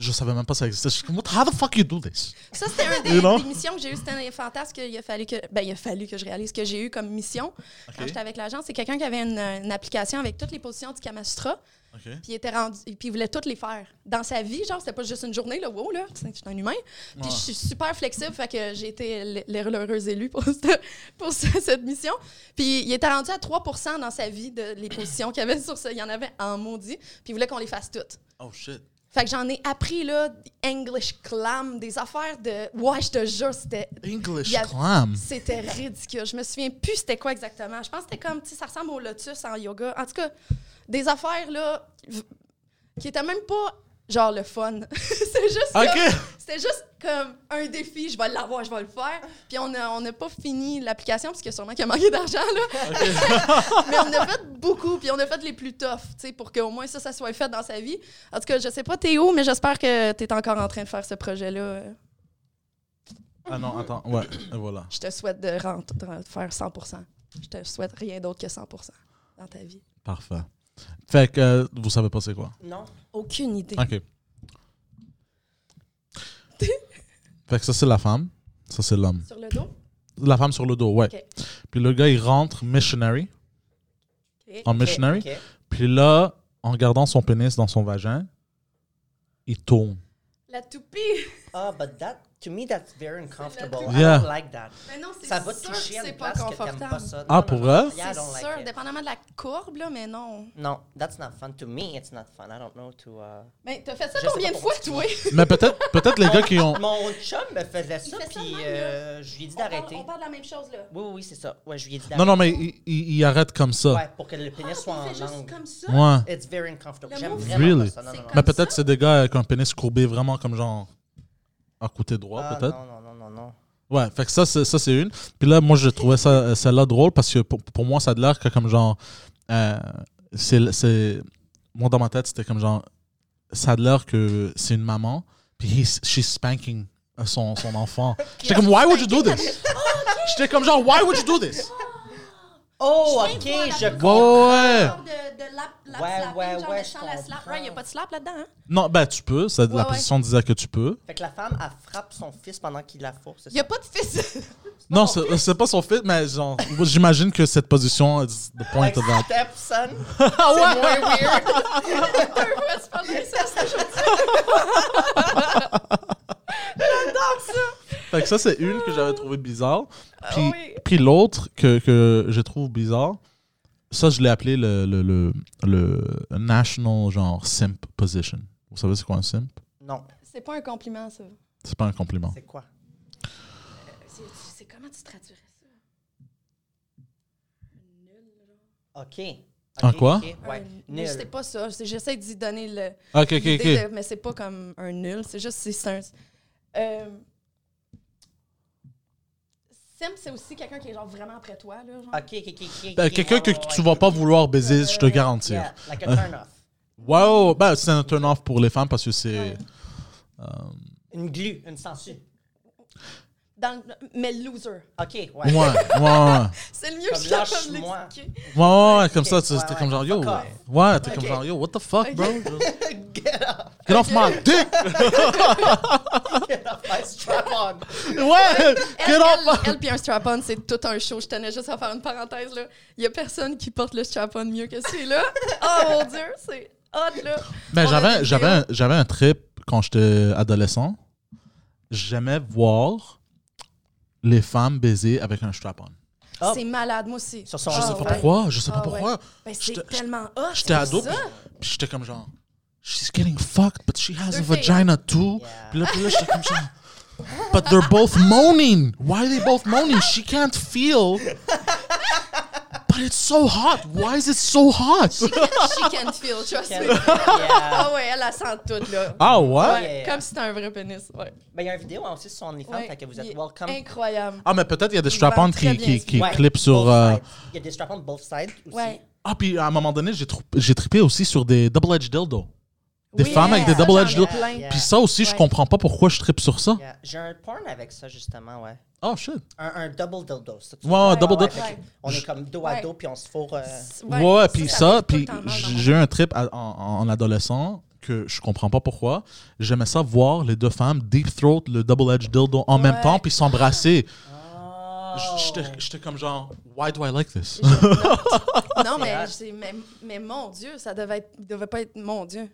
Je savais même pas ça existait. Je suis comme, What- how the fuck you do this?
Ça, c'était une
You know?
des, des missions que j'ai eues. C'était un fantasme qu'il a fallu que. Ben, il a fallu que je réalise que j'ai eu comme mission quand j'étais avec l'agence. C'est quelqu'un qui avait une, une application avec toutes les positions du Kamastra.
Ok.
Puis il était rendu. Puis il voulait toutes les faire. Dans sa vie, genre, c'était pas juste une journée, là. Wow, là. tu sais, Je suis un humain. Puis je suis super flexible. Fait que j'ai été l- l'heureuse élue pour, ce- pour ce- cette mission. Puis il était rendu à 3 dans sa vie de les positions qu'il y avait sur ça. Il y en avait en maudit. Puis il voulait qu'on les fasse toutes.
Oh shit.
Fait que j'en ai appris, là, English clam, des affaires de. Ouais, je te jure, c'était.
English
Il y a-
clam.
C'était ridicule. Je me souviens plus c'était quoi exactement. Je pense que c'était comme, tu sais, ça ressemble au lotus en yoga. En tout cas, des affaires, là, v- qui étaient même pas genre le fun. C'était juste. comme-
Ok.
C'était juste comme un défi, je vais l'avoir, je vais le faire. Puis on n'a on a pas fini l'application parce que sûrement qu'il a manqué d'argent, là. Mais on a fait beaucoup, puis on a fait les plus tough, tu sais, pour qu'au moins ça, ça soit fait dans sa vie. En tout cas, je sais pas t'es où, mais j'espère que t'es encore en train de faire ce projet-là. Euh,
Ah non, attends. Ouais, et voilà.
Je te souhaite de, rent- de rent- faire 100 Je te souhaite rien d'autre que 100 dans ta vie.
Parfait. Fait que euh, vous savez pas c'est quoi.
Non.
Aucune idée.
Ok. fait que ça, c'est la femme. Ça, c'est l'homme.
Sur le dos?
La femme sur le dos, ouais.
Ok.
Puis le gars, il rentre missionary.
Ok.
En
Ok,
missionary.
ok.
Puis là, en gardant son pénis dans son vagin, il tourne.
La toupie!
Ah, but that, to me, that's very uncomfortable.
Yeah.
I don't like that.
Mais non, c'est
Ça va
sûr
te
que
toucher à
c'est
une
pas
place que t'aimes pas
confortable.
ça. Non,
Ah,
non,
pour
non.
vrai?
Yeah, I don't
C'est
like
sûr,
it.
dépendamment de la courbe, là, mais non.
Non, that's not fun. To me, it's not fun. I don't know to... uh,
Mais t'as fait ça
Je sais
combien
pas
de fois, toi?
Mais peut-être peut-être les gars qui ont.
Mon chum me faisait ça,
Ah. fait ça
puis
de même, là.
euh, je lui ai dit
On parle,
d'arrêter.
on parle de la même chose, là.
Oui, oui, oui, c'est ça. Ouais, je lui ai dit
Non,
d'arrêter.
non, mais il, il- il arrête comme ça.
Ouais, pour que le pénis
Ah,
soit
il
en
fait juste
langue.
comme ça?
Ouais.
It's very uncomfortable.
Le
J'aime
mot,
vraiment
Really?
pas ça. Non,
c'est
non, non.
Mais
Comme
peut-être
ça?
c'est des gars avec un pénis courbé vraiment comme genre à côté droit,
Ah,
peut-être.
non, non, non, non, non.
Ouais, fait que ça, c'est, ça, c'est une. Puis là, moi, je trouvais ça, euh, celle-là drôle parce que pour, pour moi, ça a l'air que comme genre. euh, c'est, c'est- moi, dans ma tête, c'était comme genre. Ça a l'air que c'est une maman, puis he's- she's spanking euh, son, son enfant. J'étais comme, why would you do this? J'étais comme genre, why would you do this?
Oh,
Je
OK,
viens de voir
je
Ouais,
la
comprends.
ouais, ouais.
Genre de, de lap, lap
Ouais,
slapping,
ouais,
genre
ouais,
de
je
sans la slap.
comprends.
Right, y a pas de slap là-dedans, hein?
Non, ben, tu peux. ça- la
Ouais,
position disait que tu peux.
Fait que la femme, elle frappe son fils pendant qu'il la fourre, c'est
Y
ça?
a pas de fils.
Non, c'est, c'est pas son fit, mais genre, j'imagine que cette position, it's the point of that.
Stepson,
Ah ouais!
c'est moins weird.
Deux fois, c'est pas vrai, ça, ça, je- J'adore ça!
Fait que ça, c'est une que j'avais trouvé bizarre. Puis,
Ah oui.
puis l'autre que, que je trouve bizarre, ça, je l'ai appelé le, le, le, le National genre Simp Position. Vous savez c'est quoi un simp?
Non,
C'est pas un compliment, ça.
C'est pas un compliment.
c'est quoi?
C'est, c'est- comment tu traduirais ça?
OK.
Un
Ok,
quoi?
ok, Ouais.
Un- mais
Nul.
C'est pas ça. C'est- j'essaie d'y donner le.
Ah, Ok, ok,
l'idée
ok.
de- mais c'est pas comme un nul. C'est juste, c'est, c'est un. Euh, simp, c'est aussi quelqu'un qui est genre vraiment après toi, là. Genre.
OK, OK, ok, ok.
Ben,
ok,
Quelqu'un
ouais,
que
ouais,
tu
ouais.
vas pas vouloir baiser, je te garantis.
Yeah, like a turn-off.
Wow! Ben, c'est un turn-off pour les femmes parce que c'est.
Ouais.
euh,
Une glu, une sangsue.
Dans le- mais le loser.
OK, ouais.
ouais, ouais, ouais.
C'est le
Comme
mieux que je suis capable de
lâche-moi.
l'expliquer.
Ouais, ouais, ouais, comme
Ok,
ça, tu-
ouais,
t'es
ouais,
comme genre, yo.
fuck off.
Ouais, t'es
Ok.
comme genre, yo, what the fuck,
Ok.
bro? Just
Get off,
Get off my dick!
get off my strap-on.
Ouais!
Elle,
Get off my.
elle, elle puis un strap-on, c'est tout un show. Je tenais juste à faire une parenthèse, là. Il y a personne qui porte le strap-on mieux que celui-là. oh mon Dieu, c'est hot, là.
Mais Ben,
On a
j'avais,
des
j'avais,
vidéos.
un- j'avais un trip quand j'étais adolescent. J'aimais voir les femmes baiser avec un strap-on.
Oh.
C'est malade, moi aussi.
Sur son-
Je
Ah,
sais pas
ouais.
pourquoi, je sais pas
Ah, ouais.
pourquoi.
Ben,
J'étais-
c'est tellement hot.
J'étais
c'est
ado,
ça.
puis puis j'étais comme genre, she's getting fucked, but she has a
Deux filles.
vagina too.
Yeah.
Puis là, puis là, j'étais comme genre, but they're both moaning. Why are they both moaning? She can't feel. But it's so hot. Why is it so hot?
She can feel, trust me.
Yeah.
Ah ouais, elle la sent toute, là.
Ah ouais?
yeah, yeah.
Comme si c'était un vrai pénis, ouais.
Ben, il y a une vidéo hein, aussi sur OnlyFans,
Ouais,
fait que vous
il
êtes
est
welcome.
Incroyable.
Ah, mais peut-être il y a des
Ils
strap-ons
vendent très
qui, qui,
bien,
qui
Ouais,
clippent sur.
both
euh,
sides. Il y a des strap-ons de both sides aussi.
Ouais.
Ah, puis à un moment donné, j'ai trou- j'ai trippé aussi sur des double-edged dildo. Des
Oui,
femmes avec des
ça,
double-edged
j'en ai
dildo.
plein.
Yeah.
Puis ça aussi, je
Ouais.
comprends pas pourquoi je trippe sur ça.
Yeah. J'ai un porn avec ça, justement, ouais.
Oh shit.
Un, un double dildo. ça, tu
Ouais,
vois.
ouais, double
ouais,
dildo.
fait que On est comme dos à
Ouais.
dos, puis on se fourre. euh,
Ouais, ouais, puis ça,
fait tout le
puis
temps mal dans mon
j'ai eu un trip à- en, en adolescent que je comprends pas pourquoi. J'aimais ça voir les deux femmes deep throat le double-edged dildo en même
Ouais.
temps, puis s'embrasser.
Oh.
J'étais J'étais comme genre, why do I like this?
Non, mais,
hot.
j'ai- mais, mais mon Dieu, ça devait, être, devait pas être mon Dieu.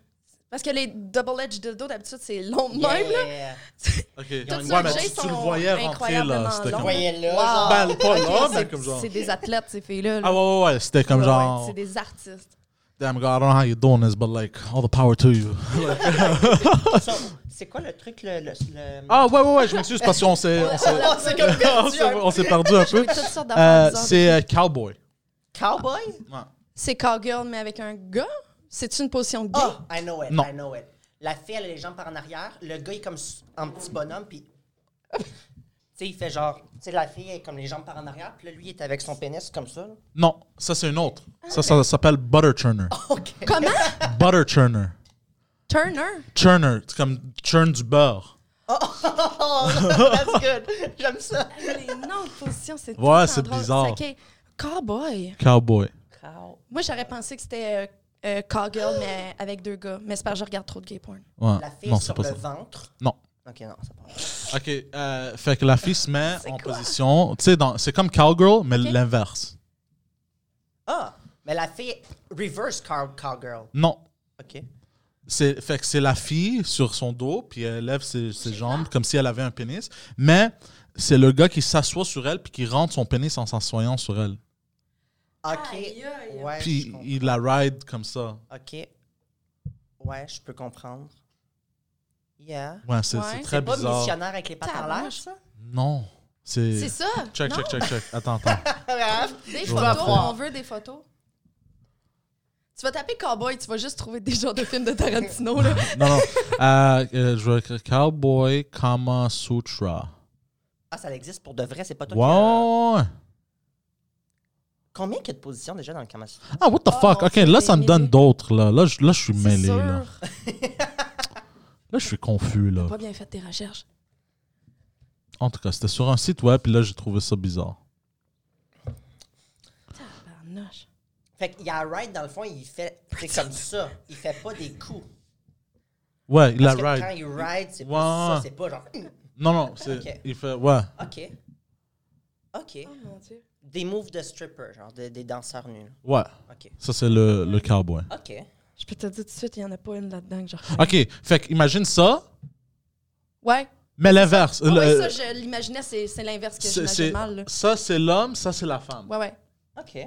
Parce que les double-edged dildo, d'habitude, c'est long de
Yeah,
même, là.
yeah, yeah.
Ok.
Toutes
Ouais,
ceux
mais
que j'ai
tu, tu le
sont
voyais rentrer là.
incroyablement
C'était
longs.
comme.
Voyez là,
Wow.
genre.
Ben, pas là,
Ok,
mais
c'est-
comme genre.
C'est des athlètes, ces filles-là. là.
Ah, ouais, ouais, ouais. C'était comme
Ouais,
genre.
ouais, C'est des artistes.
Damn girl, I don't know how you're doing this, but like, all the power to you.
So, c'est quoi le truc, le. le, le-
Ah ouais, ouais, ouais, je m'excuse parce qu'on s'est, on s'est,
Oh, c'est comme
on
perdu,
s'est-
hein.
on s'est perdu un peu.
Toutes sortes d'affaires
Euh,
bizarres.
c'est euh, Cowboy.
Cowboy?
C'est cowgirl, mais avec un gars? C'est une position gay?
Oh, I know it,
Non.
I know it. La fille, elle a les jambes par en arrière. Le gars, il est comme s- un petit bonhomme, puis. Tu sais, il fait genre. Tu sais, la fille, elle est comme les jambes par en arrière, puis là, lui, il est avec son pénis comme ça. là.
Non, ça c'est une autre. Ça, ça s'appelle Butter Churner.
OK.
Comment?
Butter Churner.
Turner?
Churner, c'est comme churn du beurre.
Oh, that's good. J'aime ça.
Les noms de position, c'est
Ouais,
tellement
c'est
drôle.
bizarre.
ok. Cowboy.
Cowboy.
Cow.
Moi, j'aurais pensé que c'était euh, euh, cowgirl, mais avec deux gars. Mais c'est parce que je regarde trop de gay porn.
Ouais.
La fille
Non, c'est
sur
pas
le
ça.
ventre.
Non.
OK, non, ça pas.
Ok, euh, fait que la fille se met
C'est
en
quoi?
position. Tu sais, dans- c'est comme Cowgirl, mais
Ok.
l'inverse.
Ah, mais la fille, reverse cow, cowgirl.
Non.
OK.
C'est, fait que c'est la fille sur son dos, puis elle lève ses, ses jambes comme si elle avait un pénis. Mais c'est le gars qui s'assoit sur elle, puis qui rentre son pénis en s'assoyant sur elle.
OK.
Aïe, aïe.
Ouais, je
Puis
comprends.
il la ride comme ça.
OK. Ouais, je peux comprendre. Yeah.
Ouais, c'est
Ouais.
c'est
C'est
très
Pas
bizarre.
missionnaire avec les pattes en l'air,
Tabarnouche.
ça?
Non. C'est.
C'est ça?
Check,
non?
check, check, check. Attends, attends.
Des
vais la
photos,
prendre.
on veut des photos. Tu vas taper cowboy, tu vas juste trouver des genres de films de Tarantino, là.
Non, non. Euh, euh, je vais écrire Cowboy Kama Sutra.
Ah, ça existe pour de vrai, c'est pas
euh,
toi qui as-
Wow!
Combien qu'il y a de positions déjà dans le Kama Sutra?
Ah, what the fuck?
on
Ok,
s'est
là, ça me
fait
donne
mêler.
d'autres, là. Là, je, là, je suis
C'est
mêlé,
sûr.
là. Là, je suis confus, là.
Pas bien fait tes recherches.
En tout cas, c'était sur un site web, puis là, j'ai trouvé ça bizarre.
Tabarnouche.
Fait qu'il y a Ride, dans le fond, il fait. C'est comme ça. Il fait pas des coups.
Ouais, il la
Parce que
ride.
quand il ride, c'est
Ouais.
pas ça, c'est pas genre. Hum,
Non, non, c'est.
Ok.
Il fait. Ouais.
OK. OK.
Oh mon Dieu.
Des moves de stripper, genre de- des danseurs nus.
Ouais.
OK.
Ça, c'est le, le cowboy.
OK.
Je peux te dire tout de suite, il n'y en a pas une là-dedans que je reconnais.
Ok, fait que imagine ça,
Ouais.
Mais l'inverse.
Ah
le-
oui, ça, je l'imaginais, c'est c'est l'inverse que
c'est-
j'imagine
c'est-
mal. là.
ça, c'est l'homme, ça, c'est la femme.
Ouais, ouais.
OK.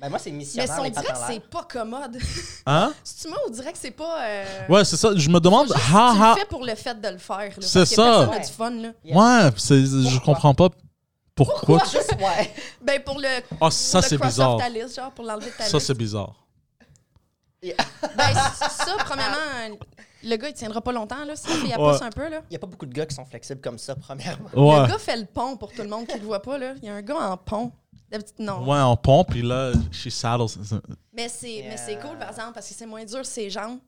Ben moi, c'est
Mais
missionnaire.
si on
les
dirait
pattes en
que
l'air.
c'est pas commode.
Hein?
C'est-tu moi, on dirait que c'est pas. euh,
Ouais, c'est ça. Je me demande.
juste,
Ha,
tu
ha.
le fais pour le fait de le faire. là,
C'est
parce que
ça.
Personne n'a
Ouais.
du fun, là.
Yes.
Ouais, c'est- je
Pourquoi?
comprends pas pourquoi. tu-
Juste, ouais.
Ben, pour le.
Ah, ça,
pour le
c'est
cross off
bizarre.
ta liste, genre, pour l'enlever de ta
Ça,
liste.
c'est bizarre.
Ben, c- ça, premièrement, le gars, il tiendra pas longtemps, là. Si il y a
Ouais.
pas un peu, là.
Il n'y a pas beaucoup de gars qui sont flexibles comme ça, premièrement.
Ouais.
Le gars fait le pont pour tout le monde qui le voit pas, là. Il y a un gars en pont. D'habitude, non.
Ouais, en pompe, puis là, she saddles.
Mais c'est mais c'est
Yeah.
cool, par exemple, parce que c'est moins dur, ses jambes.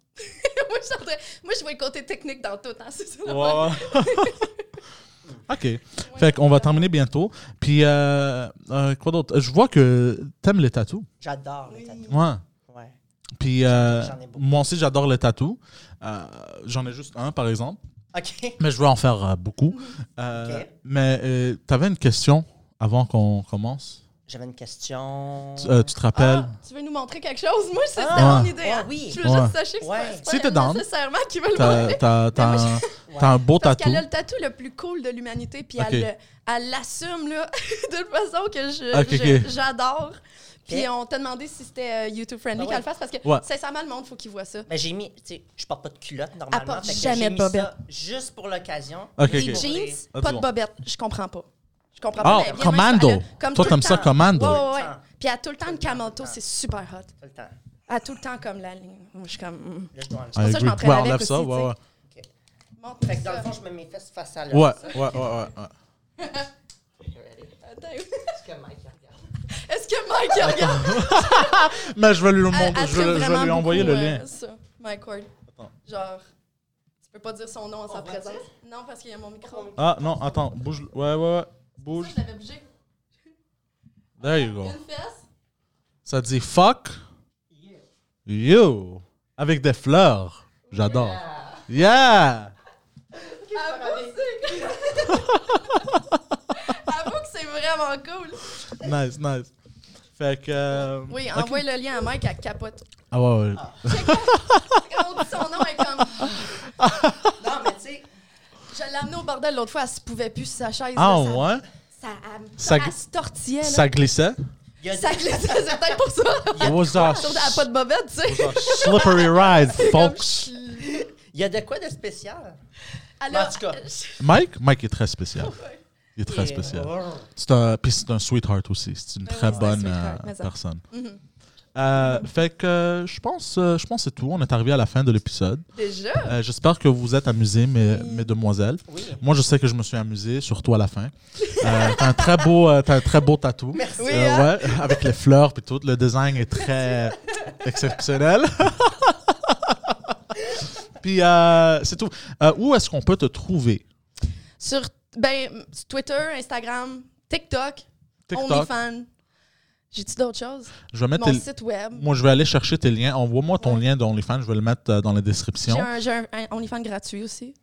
moi, je sentais- moi, je vois le côté technique dans tout, hein, c'est ça. l'affaire.
Ouais. OK. Fait qu'on va terminer bientôt. Puis, euh, euh, quoi d'autre? Je vois que t'aimes les tatous.
J'adore les tatous.
Ouais.
Ouais.
Puis, euh,
J'en ai beaucoup.
moi aussi, j'adore les tatous. Euh, J'en ai juste un, par exemple.
OK.
Mais je veux en faire euh, beaucoup.
Mhm.
Euh,
Ok.
Mais euh, t'avais une question avant qu'on commence.
J'avais une question.
Tu, euh, tu te rappelles?
Ah, tu veux nous montrer quelque chose? Moi, c'est
Ah.
c'était mon
Ouais.
idée. hein.
Ouais, oui.
Je veux
Ouais.
juste sachez que c'est
Ouais.
pas- c'est pas,
Si t'es down.
nécessairement qui veut le
T'as-
montrer.
T'as t'as un, t'as un beau
Parce
tatou.
qu'elle a le tatou le plus cool de l'humanité, puis
Ok.
elle le- elle l'assume là, d'une façon que je-
Ok,
je-
ok.
j'adore. Puis
Ok.
on t'a demandé si c'était euh, YouTube friendly
Ah ouais.
qu'elle le fasse parce que
Ouais.
sincèrement, le monde, faut qu'il voit ça.
Ben, j'ai mis, tu sais, je porte pas de culotte normalement.
Elle porte
fait que
jamais
j'ai
de
mis
bobette.
ça juste pour l'occasion.
Ok,
Des
ok.
jeans,
Ah,
pas
dis
de
donc.
bobette. Je comprends pas. Je comprends
Ah,
pas. mais bien,
commando.
moi, je- elle a-
Toi,
tout
t'aimes
le
ça,
temps.
commando.
Ouais, ouais, ouais.
Tout le temps.
Puis elle a tout le temps le
Tout le temps,
Camanto,
tout le
c'est super hot.
Tout le temps.
Elle a tout le temps comme la ligne. Moi, je suis comme. hum.
Là, je dois enlever
I
pour ça que je
agree.
m'entraîne
Ouais,
avec
enlève ça,
aussi,
ouais,
tu
ouais.
sais. Montre
Fait que dans
ça.
le fond, je mets mes fesses face à l'autre.
Ouais, ouais, ouais, ouais. ouais.
Attends.
Est-ce que Mike regarde?
Est-ce que Mike il regarde
Mais je vais lui, le
Elle-
montrer,
Euh, elle
je vais-
tripe
je vais
vraiment
lui envoyer
beaucoup,
le lien.
euh, ça, Mike Ward. Genre, tu peux pas dire son nom en sa
va
présence. Non, parce qu'il y a mon micro.
Ah non, attends, bouge. Ouais, ouais, ouais. Bouge.
Ça, je l'avais bougé.
There you go.
Une fesse.
Ça dit fuck you avec des fleurs. J'adore. Yeah!
Avoue c'est- Avoue que c'est vraiment cool.
Nice, nice. Fait que. euh,
Oui,
ok.
envoie le lien à Mike, elle capote.
Ah ouais, ouais.
Quand on dit son nom, elle est comme...
Non, mais tu sais,
Je l'ai amenée au bordel l'autre fois, elle se pouvait plus sur sa chaise.
Ah
là,
ouais?
Ça, ça,
Ça
elle,
gl-
elle se tortillait, là.
Ça glissait?
il y a
Ça glissait, c'est peut-être pour ça.
It was a,
Surtout, elle a pas de bobette, tu sais.
a slippery ride, folks.
Il y a de quoi de spécial?
Elle a-
Bah, En tout cas.
Mike? Mike est très spécial. Il est très
Et-
spécial.
Oh.
C'est un, puis c'est un sweetheart aussi. C'est une
Ben
très
oui, c'est un
bonne
sweetheart,
euh,
mais ça.
personne.
Mhm.
Euh, fait que euh, je pense, euh, je pense que c'est tout. On est arrivé à la fin de l'épisode.
Déjà?
Euh, J'espère que vous vous êtes amusés, mes,
Oui.
mesdemoiselles.
Oui.
Moi, je sais que je me suis amusé, surtout à la fin. Euh, t'as un très beau, euh, t'as un très beau tatou.
Merci.
Oui,
Euh,
hein?
ouais, avec les fleurs et tout. Le design est très exceptionnel. Puis euh, c'est tout. Euh, où est-ce qu'on peut te trouver?
Sur ben, sur Twitter, Instagram, TikTok,
TikTok.
OnlyFans. J'ai-tu d'autres choses?
Je vais mettre
Mon
tes-
site web.
Moi, je vais aller chercher tes liens. Envoie-moi ton
Ouais.
lien d'OnlyFans. Je vais le mettre euh, dans la description.
J'ai un, j'ai un- un OnlyFans gratuit aussi.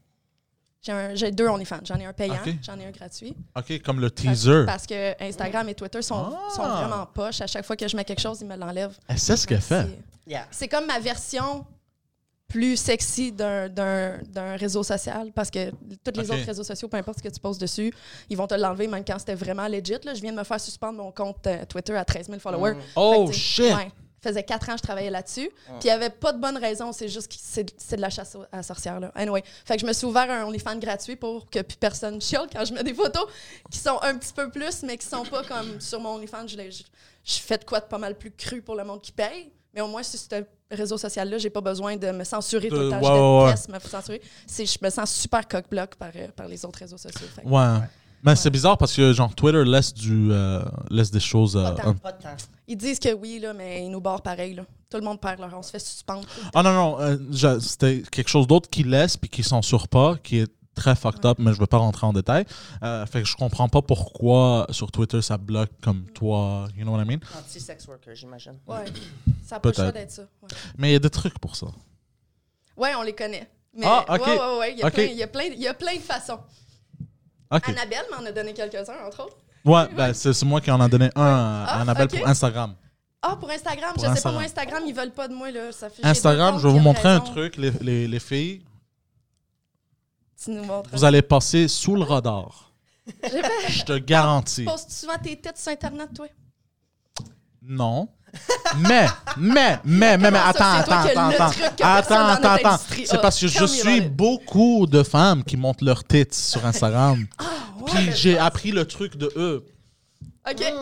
J'ai un- J'ai deux OnlyFans. J'en ai un payant,
Ok.
j'en ai un gratuit.
OK, comme le
Parce-
teaser.
Parce que Instagram et Twitter sont,
Ah.
sont vraiment poches. À chaque fois que je mets quelque chose, ils me l'enlèvent.
Elle sait Eh, ce qu'elle fait.
C'est-
Yeah.
C'est comme ma version plus sexy d'un- d'un d'un réseau social parce que tous les
Ok.
autres réseaux sociaux, peu importe ce que tu poses dessus, ils vont te l'enlever même quand c'était vraiment legit. Là. Je viens de me faire suspendre mon compte euh, Twitter à 13 000 followers.
Mm.
Oh
Fait que, tu sais,
shit!
ouais. faisait quatre ans que je travaillais là-dessus. Puis il n'y avait pas de bonne raison, c'est juste que c'est c'est de la chasse aux- à la sorcière. Là. Anyway, fait que je me suis ouvert un OnlyFans gratuit pour que plus personne chiale quand je mets des photos qui sont un petit peu plus, mais qui sont pas comme sur mon OnlyFans. Je, l'ai- je, je fais de quoi de pas mal plus cru pour le monde qui paye. Mais au moins, sur ce réseau social-là, j'ai pas besoin de me censurer tout le
De-
temps.
ouais,
je
ouais, ouais.
déteste me censurer. C'est- Je me sens super cock-block par, euh, par les autres réseaux sociaux. Fait que-
Ouais. Mais c'est bizarre parce que genre Twitter laisse du euh, laisse des choses. euh,
Pas tant.
un-
Pas de temps.
Ils disent que oui, là, mais ils nous barrent pareil. Là. Tout le monde perd leur... On se fait suspendre.
Ah non non, euh, je- c'était quelque chose d'autre qui laisse puis qui censure pas, qui est très fucked up, mais je veux pas rentrer en détail. Euh, fait que je comprends pas pourquoi sur Twitter ça bloque comme
Mm.
toi, you know what I mean.
Anti-sex worker, j'imagine.
Ouais. Ça n'a pas le choix
Peut-être.
d'être ça. Ouais.
Mais il y a des trucs pour ça.
Ouais, on les connaît. Mais
Ah, ok.
ouais, ouais, ouais, il y a
Ok.
plein- il y a plein- il y a plein de façons.
Ok.
Annabelle m'en a donné quelques-uns, entre autres.
Ouais, ben, c'est c'est moi qui en a donné un à
Ah,
Annabelle
ok.
pour Instagram.
Ah, pour Instagram,
Pour
je sais
Instagram.
pas, moi, Instagram, ils veulent pas de moi, là. Ça fait, j'ai
Instagram,
deux
je vais vous
comptes,
montrer
ils ont
un
raison.
truc, les, les, les filles.
Tu nous montres.
Vous allez passer sous le radar.
J'ai fait-
Je te garantis.
Postes-tu souvent tes têtes sur Internet, toi?
Non. Mais, mais, mais, mais, mais,
Comment ça,
attends,
c'est toi
attends,
qui as
attends, attends,
le truc que
attends,
personne
attends,
dans notre
attends.
industrie
C'est
a.
parce que je
Tell me
suis
about it.
beaucoup de femmes qui montent leurs têtes sur Instagram.
Ah, ouais.
Puis j'ai appris le truc de eux.
OK. Ben,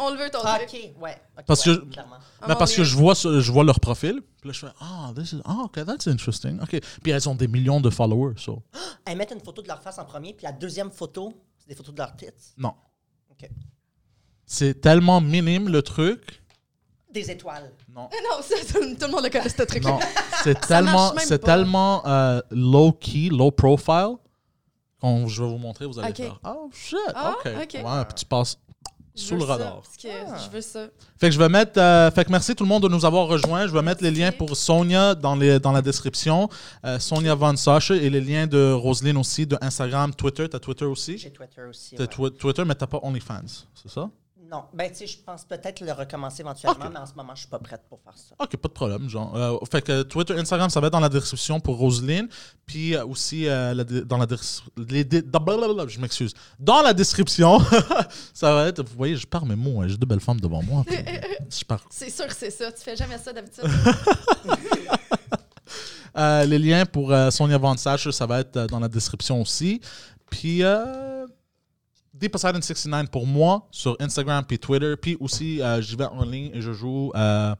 on le veut, ton
Ah,
truc.
OK, ouais. ok,
Parce que-
ouais, clairement.
Ah,
Mais
mon
parce que
Dieu.
je vois, ce- je vois leur profil, puis là je fais ah this is ah ok that's interesting ok puis elles ont des millions de followers so
Elles mettent une photo de leur face en premier, puis la deuxième photo, c'est des photos de leurs tits.
non
OK.
c'est tellement minime le truc
Des étoiles.
non
Mais Ah Non, ça, tout, tout le monde le connaît, ce truc-là.
non c'est tellement
marche même
c'est
pas.
tellement euh, low key low profile qu'on je vais vous montrer vous allez
Ok.
faire oh shit
Ah,
ok
ok.
ouais puis tu passes
Je
sous
veux
le
ça,
radar
parce que Je veux ça.
Fait que je vais mettre. euh, fait que merci tout le monde de nous avoir rejoints. Je vais mettre les liens
Merci.
pour Sonia dans, les, dans la description. Euh, Sonia Van Sache et les liens de Roselyne aussi, de Instagram, Twitter. T'as Twitter aussi?
J'ai Twitter aussi.
T'as
ouais.
Twi- Twitter, mais t'as pas OnlyFans, c'est ça?
Non, ben tu sais, je pense peut-être le recommencer éventuellement, mais en ce moment, je suis pas prête pour faire ça.
Ok, pas de problème, genre. Euh, fait que Twitter, Instagram, ça va être dans la description pour Roselyne. Puis euh, aussi, euh, la dé- dans la description. Je m'excuse. Dans la description, ça va être. Vous voyez, je pars mes mots. hein, J'ai deux belles femmes devant moi. puis euh, Je pars
C'est sûr que c'est ça. Tu fais jamais ça d'habitude.
Euh, les liens pour euh, Sonia Van Sash, ça va être euh, dans la description aussi. Puis, euh, Deep Poseidon 69 pour moi sur Instagram puis Twitter. Puis aussi, euh, j'y vais en ligne et je joue euh,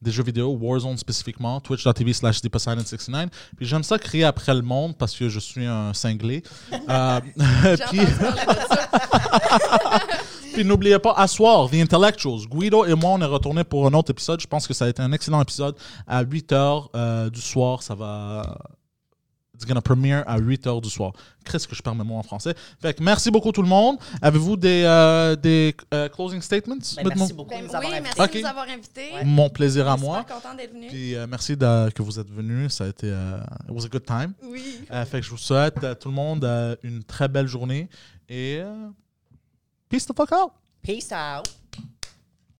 des jeux vidéo, Warzone spécifiquement, twitch.tv slash Deep Poseidon 69. Puis j'aime ça créer après le monde parce que je suis un cinglé. Euh,
J'ai
puis,
entendu parler de ça.
puis n'oubliez pas, à soir, The Intellectuals. Guido et moi, on est retournés pour un autre épisode. Je pense que ça a été un excellent épisode. À 8 h du soir, ça va. It's gonna premiere à 8 h du soir. Qu'est-ce que je perds mes mots en français? Fait que merci beaucoup tout le monde. Avez-vous des, euh, des euh, closing statements?
Ben,
Mettez-moi-
merci beaucoup
Ben
de nous
oui,
avoir
merci
invités.
Ok.
de nous avoir invités.
Mon plaisir à
Je suis
moi.
super contente d'être venue.
Puis euh, merci de- que vous êtes venus. Ça a été. euh, it was a good time.
Oui.
Euh, fait que je vous souhaite à tout le monde euh, une très belle journée et. euh, peace the fuck out!
Peace out.